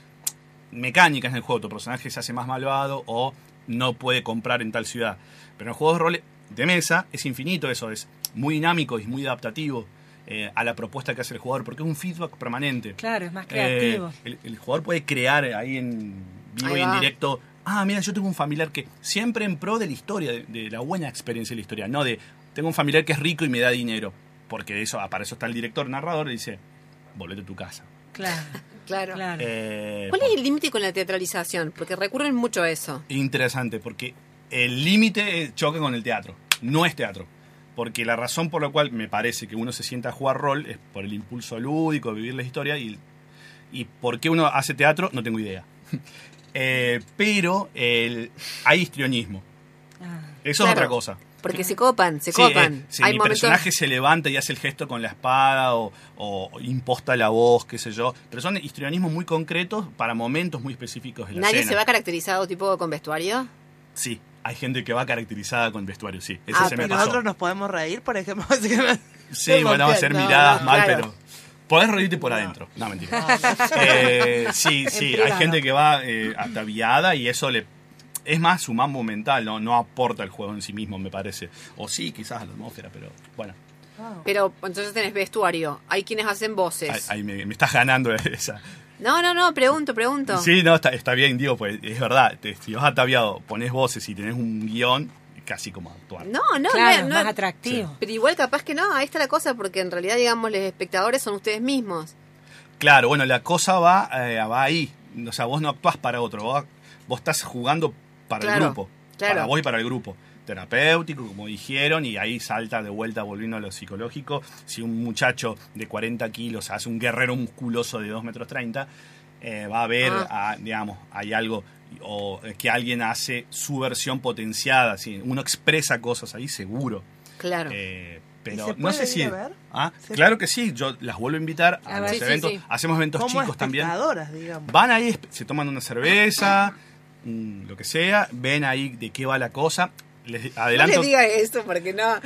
[SPEAKER 7] mecánicas en el juego. Tu personaje se hace más malvado o no puede comprar en tal ciudad. Pero en los juegos de rol de mesa es infinito eso, es muy dinámico y es muy adaptativo eh, a la propuesta que hace el jugador, porque es un feedback permanente.
[SPEAKER 2] Claro, es más creativo.
[SPEAKER 7] Eh, el, el jugador puede crear ahí en vivo
[SPEAKER 1] Ahí
[SPEAKER 7] y en
[SPEAKER 1] va.
[SPEAKER 7] directo. Ah, mira, yo tengo un familiar que siempre en pro de la historia, de, de la buena experiencia de la historia, no de tengo un familiar que es rico y me da dinero. Porque eso, ah, para eso está el director narrador y dice, volvete a tu casa. (laughs)
[SPEAKER 2] Claro,
[SPEAKER 1] Claro.
[SPEAKER 2] claro.
[SPEAKER 7] Eh,
[SPEAKER 1] ¿Cuál es el límite con la teatralización? Porque recurren mucho a eso.
[SPEAKER 7] Interesante, porque el límite eh, choca con el teatro. No es teatro. Porque la razón por la cual me parece que uno se sienta a jugar rol es por el impulso lúdico, vivir la historia. Y, y por qué uno hace teatro, no tengo idea. (laughs) Eh, pero el, hay histrionismo.
[SPEAKER 2] Ah.
[SPEAKER 7] Eso es
[SPEAKER 1] Claro.
[SPEAKER 7] otra cosa.
[SPEAKER 1] Porque se copan, se
[SPEAKER 7] Sí,
[SPEAKER 1] copan.
[SPEAKER 7] eh, si
[SPEAKER 1] Hay
[SPEAKER 7] mi
[SPEAKER 1] momentos.
[SPEAKER 7] personaje se levanta y hace el gesto con la espada o, o imposta la voz, qué sé yo. Pero son histrionismos muy concretos para momentos muy específicos de la
[SPEAKER 1] Nadie
[SPEAKER 7] escena.
[SPEAKER 1] se va caracterizado tipo con vestuario.
[SPEAKER 7] Sí, hay gente que va caracterizada con vestuario, sí. Ese
[SPEAKER 1] Ah,
[SPEAKER 7] se me
[SPEAKER 1] pero
[SPEAKER 7] pasó.
[SPEAKER 5] Nosotros nos podemos reír, por ejemplo. (laughs) así que no-
[SPEAKER 7] Sí, bueno, vamos a hacer
[SPEAKER 5] No,
[SPEAKER 7] miradas
[SPEAKER 5] no,
[SPEAKER 7] mal,
[SPEAKER 1] claro.
[SPEAKER 7] pero. Podés reírte por adentro. No, mentira. Eh, sí, sí, hay
[SPEAKER 2] privado.
[SPEAKER 7] gente que va eh, ataviada y eso le. Es más su mambo mental, ¿no? no aporta el juego en sí mismo, me parece. O sí, quizás a la atmósfera, pero bueno.
[SPEAKER 1] Pero entonces tenés vestuario. Hay quienes hacen voces.
[SPEAKER 7] Ahí, ahí me, me estás ganando (laughs) esa.
[SPEAKER 1] No, no, no, pregunto, pregunto.
[SPEAKER 7] Sí, no, está, está bien, digo, pues es verdad. te- si vas ataviado, pones voces y tenés un guión, casi como actuar.
[SPEAKER 1] No, no,
[SPEAKER 2] claro,
[SPEAKER 1] no, no.
[SPEAKER 2] más atractivo.
[SPEAKER 1] Pero igual capaz que no, ahí está la cosa, porque en realidad, digamos, los espectadores son ustedes mismos.
[SPEAKER 7] Claro, bueno, la cosa va, eh, va ahí. O sea, vos no actuás para otro, vos, vos estás jugando para el
[SPEAKER 1] Claro,
[SPEAKER 7] grupo.
[SPEAKER 1] claro.
[SPEAKER 7] Para vos y para el grupo. Terapéutico, como dijeron, y ahí salta de vuelta volviendo a lo psicológico. Si un muchacho de 40 kilos hace un guerrero musculoso de 2 metros 30, eh, va a ver,
[SPEAKER 1] Ah.
[SPEAKER 7] ah, digamos, hay algo o eh, que alguien hace su versión potenciada. ¿sí? Uno expresa cosas ahí, seguro.
[SPEAKER 1] Claro.
[SPEAKER 7] Eh,
[SPEAKER 5] ¿Y
[SPEAKER 7] pero
[SPEAKER 5] se
[SPEAKER 7] no
[SPEAKER 5] puede
[SPEAKER 7] sé
[SPEAKER 5] ir
[SPEAKER 7] si.
[SPEAKER 5] a ver?
[SPEAKER 7] Ah,
[SPEAKER 5] ¿Se-
[SPEAKER 7] Claro que sí, yo las vuelvo a invitar a,
[SPEAKER 1] A
[SPEAKER 7] los
[SPEAKER 1] ver. Sí, sí,
[SPEAKER 7] eventos.
[SPEAKER 1] sí.
[SPEAKER 7] Hacemos eventos
[SPEAKER 5] como
[SPEAKER 7] chicos también.
[SPEAKER 5] espectadoras, digamos.
[SPEAKER 7] Van ahí, esp- se toman una cerveza, mm, lo que sea, ven ahí de qué va la cosa. Les
[SPEAKER 1] No
[SPEAKER 7] adelanto.
[SPEAKER 1] les digas eso porque no, (laughs) no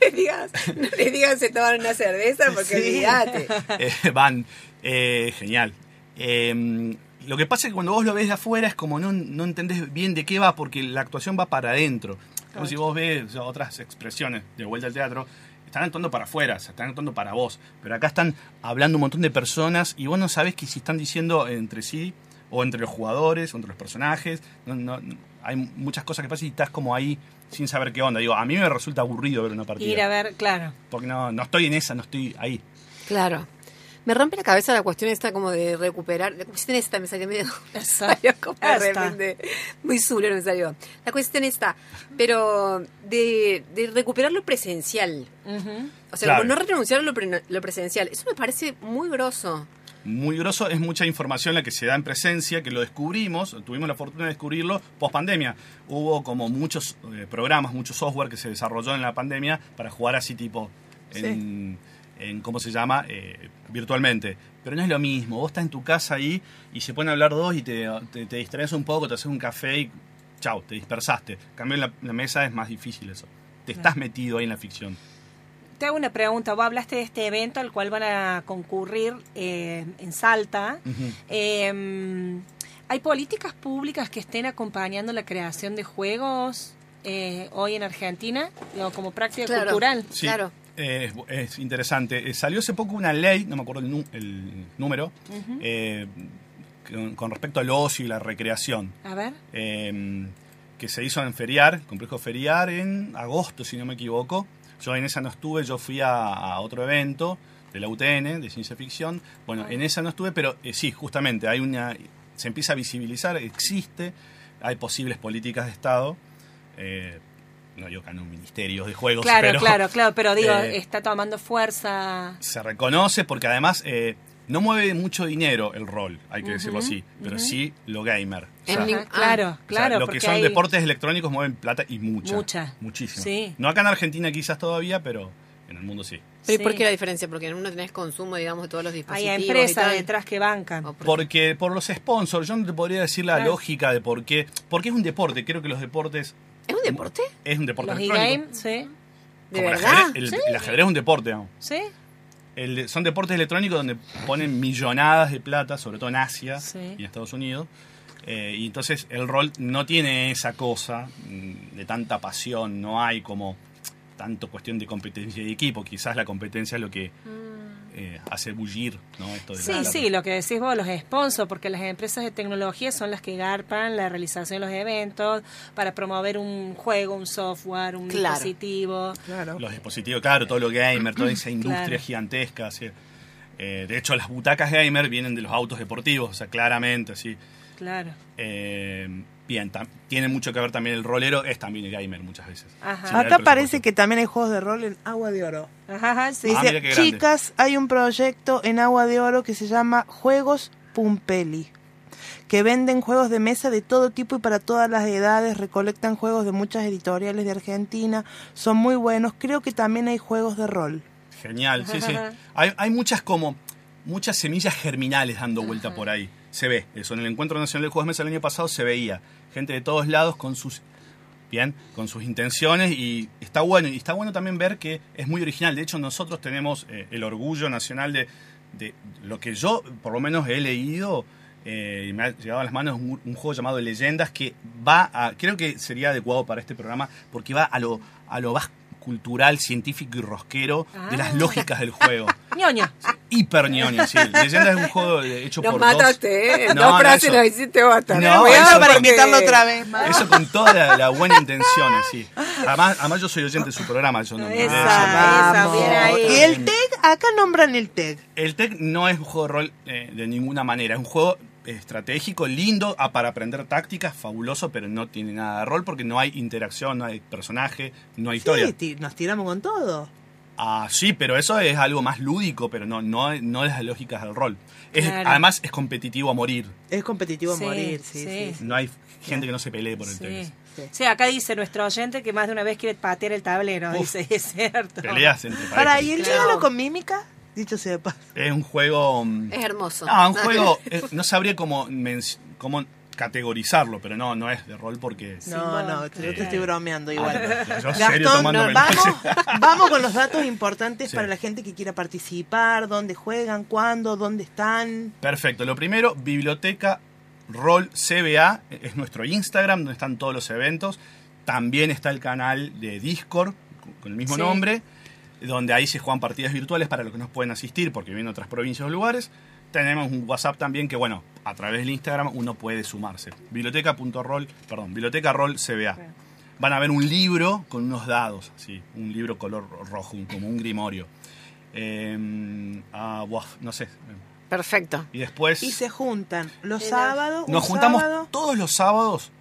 [SPEAKER 1] les digas, no les digas se toman una cerveza porque
[SPEAKER 5] Sí.
[SPEAKER 1] olvídate.
[SPEAKER 7] eh, (laughs) van. Eh, genial. Eh, lo que pasa es que cuando vos lo ves de afuera es como no, no entendés bien de qué va porque la actuación va para adentro. Como si vos ves otras expresiones de vuelta al teatro, están actuando para afuera, se están actuando para vos. Pero acá están hablando un montón de personas y vos no sabés que si están diciendo entre sí o entre los jugadores o entre los personajes. No, no- no- hay muchas cosas que pasan y estás como ahí sin saber qué onda. Digo, a mí me resulta aburrido ver una partida.
[SPEAKER 2] Ir a ver, claro.
[SPEAKER 7] Porque no, no estoy en esa, no estoy ahí.
[SPEAKER 1] Claro. Me rompe la cabeza la cuestión esta como de recuperar. La cuestión esta me salió medio. (laughs) me salió como de
[SPEAKER 2] Esta.
[SPEAKER 1] repente. Muy zulero me salió. La cuestión esta. Pero de, de recuperar lo presencial. O sea,
[SPEAKER 7] Claro.
[SPEAKER 1] como no renunciar a lo, pre- lo presencial. Eso me parece muy grosso.
[SPEAKER 7] muy grosso, es mucha información la que se da en presencia, que lo descubrimos, tuvimos la fortuna de descubrirlo post pandemia. Hubo como muchos eh, programas, mucho software que se desarrolló en la pandemia para jugar así tipo en, en, ¿cómo se llama? Eh, virtualmente. Pero no es lo mismo, vos estás en tu casa ahí y se ponen a hablar dos y te, te, te distraes un poco, te haces un café y chau, te dispersaste. En cambio en la, en la mesa es más difícil eso. Te estás metido ahí en la ficción.
[SPEAKER 2] Te hago una pregunta. Vos hablaste de este evento al cual van a concurrir eh, en Salta. Eh, ¿Hay políticas públicas que estén acompañando la creación de juegos eh, hoy en Argentina Digo, como práctica
[SPEAKER 1] Claro.
[SPEAKER 2] cultural?
[SPEAKER 7] Sí,
[SPEAKER 1] Claro.
[SPEAKER 7] eh, es, bu- es interesante. Eh, salió hace poco una ley, no me acuerdo el, nu- el número, eh, con, con respecto al ocio y la recreación,
[SPEAKER 2] A ver.
[SPEAKER 7] eh, que se hizo en Feriar, complejo Feriar, en agosto, si no me equivoco. Yo en esa no estuve, yo fui a, a otro evento de la UTN, de ciencia ficción. Bueno, en esa no estuve, pero eh, sí, justamente, hay una se empieza a visibilizar, existe, hay posibles políticas de Estado. eh, no digo que no ministerios de juegos,
[SPEAKER 2] Claro,
[SPEAKER 7] pero-
[SPEAKER 2] claro, claro. Pero digo,
[SPEAKER 7] eh,
[SPEAKER 2] está tomando fuerza.
[SPEAKER 7] se reconoce porque además eh, no mueve mucho dinero el rol, hay que decirlo así, pero sí lo gamer. O sea,
[SPEAKER 1] En
[SPEAKER 7] o
[SPEAKER 1] mi- ah,
[SPEAKER 7] sea,
[SPEAKER 2] Ajá, claro, claro.
[SPEAKER 7] lo
[SPEAKER 2] porque
[SPEAKER 7] que son
[SPEAKER 2] hay-
[SPEAKER 7] deportes electrónicos mueven plata y mucha.
[SPEAKER 2] Mucha.
[SPEAKER 7] Muchísimo.
[SPEAKER 2] Sí.
[SPEAKER 7] No acá en Argentina quizás todavía, pero en el mundo sí.
[SPEAKER 1] Pero ¿y por
[SPEAKER 2] Sí.
[SPEAKER 1] qué la diferencia? Porque en uno tenés consumo, digamos, de todos los
[SPEAKER 2] Hay
[SPEAKER 1] dispositivos. y
[SPEAKER 2] empresas
[SPEAKER 1] tal.
[SPEAKER 2] detrás que bancan.
[SPEAKER 1] O por-
[SPEAKER 7] Porque por los sponsors, yo no te podría decir la
[SPEAKER 2] Claro.
[SPEAKER 7] lógica de por qué. Porque es un deporte, creo que los deportes.
[SPEAKER 1] ¿Es un deporte?
[SPEAKER 7] Es un deporte
[SPEAKER 2] Los
[SPEAKER 7] electrónico.
[SPEAKER 2] e-game, ¿sí?
[SPEAKER 1] ¿De
[SPEAKER 7] Como el
[SPEAKER 1] verdad?
[SPEAKER 7] ajedrez- el-
[SPEAKER 1] Sí.
[SPEAKER 7] el ajedrez es un deporte, digamos.
[SPEAKER 2] ¿Sí?
[SPEAKER 7] El de- son deportes electrónicos donde ponen millonadas de plata, sobre todo en Asia
[SPEAKER 2] Sí.
[SPEAKER 7] y en Estados Unidos. Eh, y entonces el rol no tiene esa cosa mm, de tanta pasión, no hay como tanto cuestión de competencia y equipo. Quizás la competencia es lo que eh, hace bullir, ¿no? Esto de la-
[SPEAKER 2] Mm. Sí,
[SPEAKER 7] la-
[SPEAKER 2] sí, lo que decís vos, los sponsors, porque las empresas de tecnología son las que garpan la realización de los eventos para promover un juego, un software, un
[SPEAKER 1] Claro.
[SPEAKER 2] dispositivo.
[SPEAKER 5] Claro.
[SPEAKER 7] Los dispositivos, claro, todo lo gamer,
[SPEAKER 2] (clears throat)
[SPEAKER 7] toda esa industria
[SPEAKER 2] Claro.
[SPEAKER 7] gigantesca. así. Eh, de hecho, las butacas gamer vienen de los autos deportivos, o sea, claramente, así.
[SPEAKER 2] Claro.
[SPEAKER 7] Eh, bien, tam- tiene mucho que ver también el rolero, es también el gamer muchas veces.
[SPEAKER 2] Ajá. Mira
[SPEAKER 7] Sí, el
[SPEAKER 5] Acá
[SPEAKER 7] presupuesto.
[SPEAKER 5] parece que también hay juegos de rol en agua de oro.
[SPEAKER 2] Ajá, ajá, sí.
[SPEAKER 7] Ah,
[SPEAKER 5] Dice,
[SPEAKER 7] mira qué grande.
[SPEAKER 5] chicas, hay un proyecto en agua de oro que se llama Juegos Pumpeli, que venden juegos de mesa de todo tipo y para todas las edades, recolectan juegos de muchas editoriales de Argentina, son muy buenos, creo que también hay juegos de rol.
[SPEAKER 7] Genial, sí, sí. Hay, hay muchas como, muchas semillas germinales dando vuelta por ahí. Se ve, eso en el Encuentro Nacional de Juegos de Mesa el año pasado se veía. Gente de todos lados con sus, bien, con sus intenciones y está bueno. Y está bueno también ver que es muy original. De hecho, nosotros tenemos eh, el orgullo nacional de, de lo que yo, por lo menos, he leído. eh, y me ha llegado a las manos un, un juego llamado Leyendas que va a, creo que sería adecuado para este programa porque va a lo, a lo más cultural, científico y rosquero de las
[SPEAKER 2] Ah.
[SPEAKER 7] lógicas
[SPEAKER 1] (laughs)
[SPEAKER 7] del juego.
[SPEAKER 2] Ñoño.
[SPEAKER 7] Hiper ñoño, sí. Leyendas es un juego eh, hecho
[SPEAKER 1] Nos
[SPEAKER 7] por
[SPEAKER 1] mataste,
[SPEAKER 7] (laughs) dos.
[SPEAKER 1] ¿eh? Dos frases
[SPEAKER 7] eso-
[SPEAKER 1] nos hiciste botar.
[SPEAKER 7] No,
[SPEAKER 1] Cuidado
[SPEAKER 7] eso-
[SPEAKER 5] Ah, para
[SPEAKER 1] porque-
[SPEAKER 5] invitarlo otra vez. más.
[SPEAKER 7] eso con toda la, la buena intención, así. Además, además yo soy oyente de su programa, yo no me olvidé de
[SPEAKER 2] Esa,
[SPEAKER 7] decirlo.
[SPEAKER 2] esa, bien ahí.
[SPEAKER 5] Y el TEG, acá nombran el TEG.
[SPEAKER 7] El TEC no es un juego de rol eh, de ninguna manera, es un juego estratégico, lindo, ah, para aprender tácticas, fabuloso, pero no tiene nada de rol porque no hay interacción, no hay personaje, no hay historia.
[SPEAKER 5] Sí, ti- nos tiramos con todo.
[SPEAKER 7] Ah, sí, pero eso es algo más lúdico, pero no, no, no es las lógicas del rol. Es-
[SPEAKER 2] Claro.
[SPEAKER 7] Además es competitivo a morir.
[SPEAKER 5] Es competitivo a
[SPEAKER 2] Sí,
[SPEAKER 5] morir, sí,
[SPEAKER 2] sí.
[SPEAKER 5] sí.
[SPEAKER 7] No hay gente que no se pelee por el
[SPEAKER 2] Sí. (laughs)
[SPEAKER 7] tenis.
[SPEAKER 5] Sí.
[SPEAKER 2] Sí, acá dice nuestro oyente que más de una vez quiere patear el tablero,
[SPEAKER 7] Uf.
[SPEAKER 2] dice, es cierto.
[SPEAKER 7] Peleas entre
[SPEAKER 5] Para, ¿y
[SPEAKER 7] parejas.
[SPEAKER 5] el
[SPEAKER 1] Claro.
[SPEAKER 5] chégalo con mímica? Dicho sea de paso.
[SPEAKER 7] Es un juego. mm,
[SPEAKER 1] Es hermoso.
[SPEAKER 7] Ah, un juego. eh, no sabría cómo, menc- cómo categorizarlo, pero no, no es de rol porque.
[SPEAKER 5] No, no, yo
[SPEAKER 7] Sí.
[SPEAKER 5] te estoy bromeando igual.
[SPEAKER 7] Ah, no, yo serio
[SPEAKER 5] Gastón,
[SPEAKER 7] tomándome la-
[SPEAKER 5] vamos, vamos con los datos importantes
[SPEAKER 7] Sí.
[SPEAKER 5] para la gente que quiera participar, dónde juegan, cuándo, dónde están.
[SPEAKER 7] Perfecto. Lo primero, biblioteca rol CBA eh, es nuestro Instagram donde están todos los eventos. También está el canal de Discord con el mismo
[SPEAKER 2] Sí.
[SPEAKER 7] nombre, donde ahí se juegan partidas virtuales para los que nos pueden asistir porque vienen de otras provincias o lugares. Tenemos un WhatsApp también que, bueno, a través del Instagram uno puede sumarse. Biblioteca.rol, perdón, biblioteca rol CBA. Van a ver un libro con unos dados, así, un libro color rojo, un- como un grimorio. Eh, ah, buah, no sé,
[SPEAKER 1] (laughs) Perfecto.
[SPEAKER 7] y después
[SPEAKER 5] Y se juntan los sábados.
[SPEAKER 7] nos
[SPEAKER 5] un
[SPEAKER 7] juntamos
[SPEAKER 5] sábado.
[SPEAKER 7] todos los sábados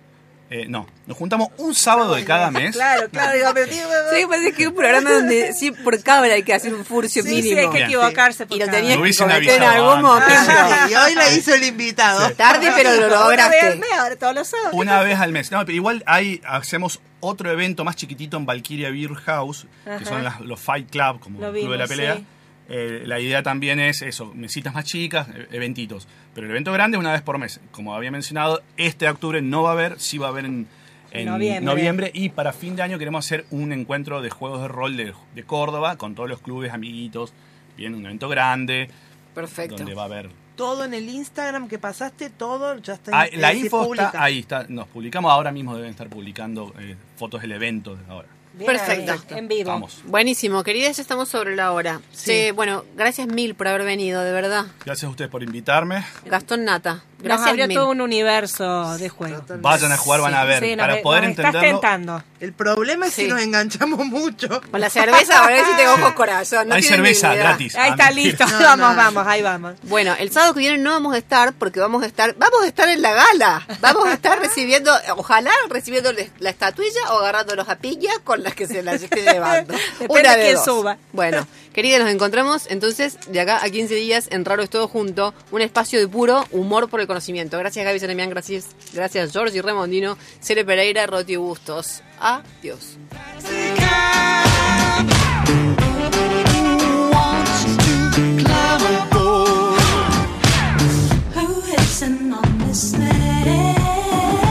[SPEAKER 7] Eh, no, nos juntamos un sábado de cada mes.
[SPEAKER 2] Claro, claro, digo, pero tío,
[SPEAKER 1] Sí, parece que es un programa donde sí, por cámara hay que hacer un furcio
[SPEAKER 2] sí, sí,
[SPEAKER 1] mínimo.
[SPEAKER 2] hay que
[SPEAKER 7] Bien.
[SPEAKER 2] equivocarse. por
[SPEAKER 1] y lo
[SPEAKER 2] favor.
[SPEAKER 1] tenías
[SPEAKER 7] Me
[SPEAKER 1] que
[SPEAKER 7] hubiesen
[SPEAKER 1] cometer en
[SPEAKER 7] avisado
[SPEAKER 1] algún
[SPEAKER 7] antes.
[SPEAKER 1] momento.
[SPEAKER 5] Y hoy la hizo el
[SPEAKER 2] Ah.
[SPEAKER 5] invitado.
[SPEAKER 1] Tarde, pero lo
[SPEAKER 2] Ahora
[SPEAKER 1] lograste.
[SPEAKER 2] verme, ahora todos los sábados.
[SPEAKER 7] Una vez al mes. No, pero igual hay, hacemos otro evento más chiquitito en Valkyria Beer House,
[SPEAKER 2] Ajá.
[SPEAKER 7] que son las- los Fight Club, como
[SPEAKER 2] Lo
[SPEAKER 7] el Club de la
[SPEAKER 2] vimos,
[SPEAKER 7] Pelea.
[SPEAKER 2] sí.
[SPEAKER 7] Eh, la idea también es eso, mesitas más chicas, e- eventitos. Pero el evento grande es una vez por mes. Como había mencionado, este de octubre no va a haber, sí va a haber en, en
[SPEAKER 2] Noviembre.
[SPEAKER 7] noviembre. Y para fin de año queremos hacer un encuentro de juegos de rol de, de Córdoba con todos los clubes, amiguitos. Bien, un evento grande,
[SPEAKER 1] Perfecto.
[SPEAKER 7] donde va a haber
[SPEAKER 5] Todo en el Instagram que pasaste, todo ya está.
[SPEAKER 7] Ah, la
[SPEAKER 5] eh, sí,
[SPEAKER 7] info
[SPEAKER 5] pública.
[SPEAKER 7] está ahí, está, nos publicamos ahora mismo, deben estar publicando eh, fotos del evento de ahora.
[SPEAKER 2] Bien ahí,
[SPEAKER 1] Perfecto.
[SPEAKER 2] En vivo.
[SPEAKER 7] Vamos.
[SPEAKER 1] Buenísimo, queridas, ya estamos sobre la hora.
[SPEAKER 5] Sí.
[SPEAKER 1] Che, bueno, gracias mil por haber venido, de verdad.
[SPEAKER 7] Gracias a ustedes por invitarme.
[SPEAKER 1] Gastón Nata.
[SPEAKER 2] Nos
[SPEAKER 1] Gracias
[SPEAKER 2] abrió
[SPEAKER 1] mil.
[SPEAKER 2] todo un universo de juego.
[SPEAKER 5] Totalmente.
[SPEAKER 7] Vayan a jugar, van a ver.
[SPEAKER 2] Sí, nos-
[SPEAKER 7] para poder
[SPEAKER 2] nos
[SPEAKER 7] entenderlo.
[SPEAKER 2] Estás tentando.
[SPEAKER 5] El problema es
[SPEAKER 1] Sí.
[SPEAKER 5] si nos enganchamos mucho.
[SPEAKER 1] Con la cerveza, a ver si tengo ojos corazón. No
[SPEAKER 7] Hay
[SPEAKER 1] tienen
[SPEAKER 7] cerveza
[SPEAKER 1] dignidad.
[SPEAKER 7] gratis.
[SPEAKER 2] Ahí
[SPEAKER 7] Ah,
[SPEAKER 2] está,
[SPEAKER 7] mentira.
[SPEAKER 2] listo.
[SPEAKER 5] No,
[SPEAKER 2] (laughs)
[SPEAKER 5] no,
[SPEAKER 2] vamos,
[SPEAKER 5] no.
[SPEAKER 2] vamos, ahí vamos.
[SPEAKER 1] Bueno, el sábado que viene no vamos a estar porque vamos a estar, vamos a estar en la gala. Vamos a estar recibiendo, ojalá recibiendo les- la estatuilla o agarrando los apillas con las que se las esté llevando.
[SPEAKER 2] (laughs) Depende de quién suba.
[SPEAKER 1] Bueno, querida, nos encontramos entonces de acá a 15 días en Raro es Todo Junto, un espacio de puro humor por el conocimiento. Gracias Gaby Salemián, gracias, gracias George y Remondino, Cere Pereira, Roti Bustos. Adiós.
[SPEAKER 4] Si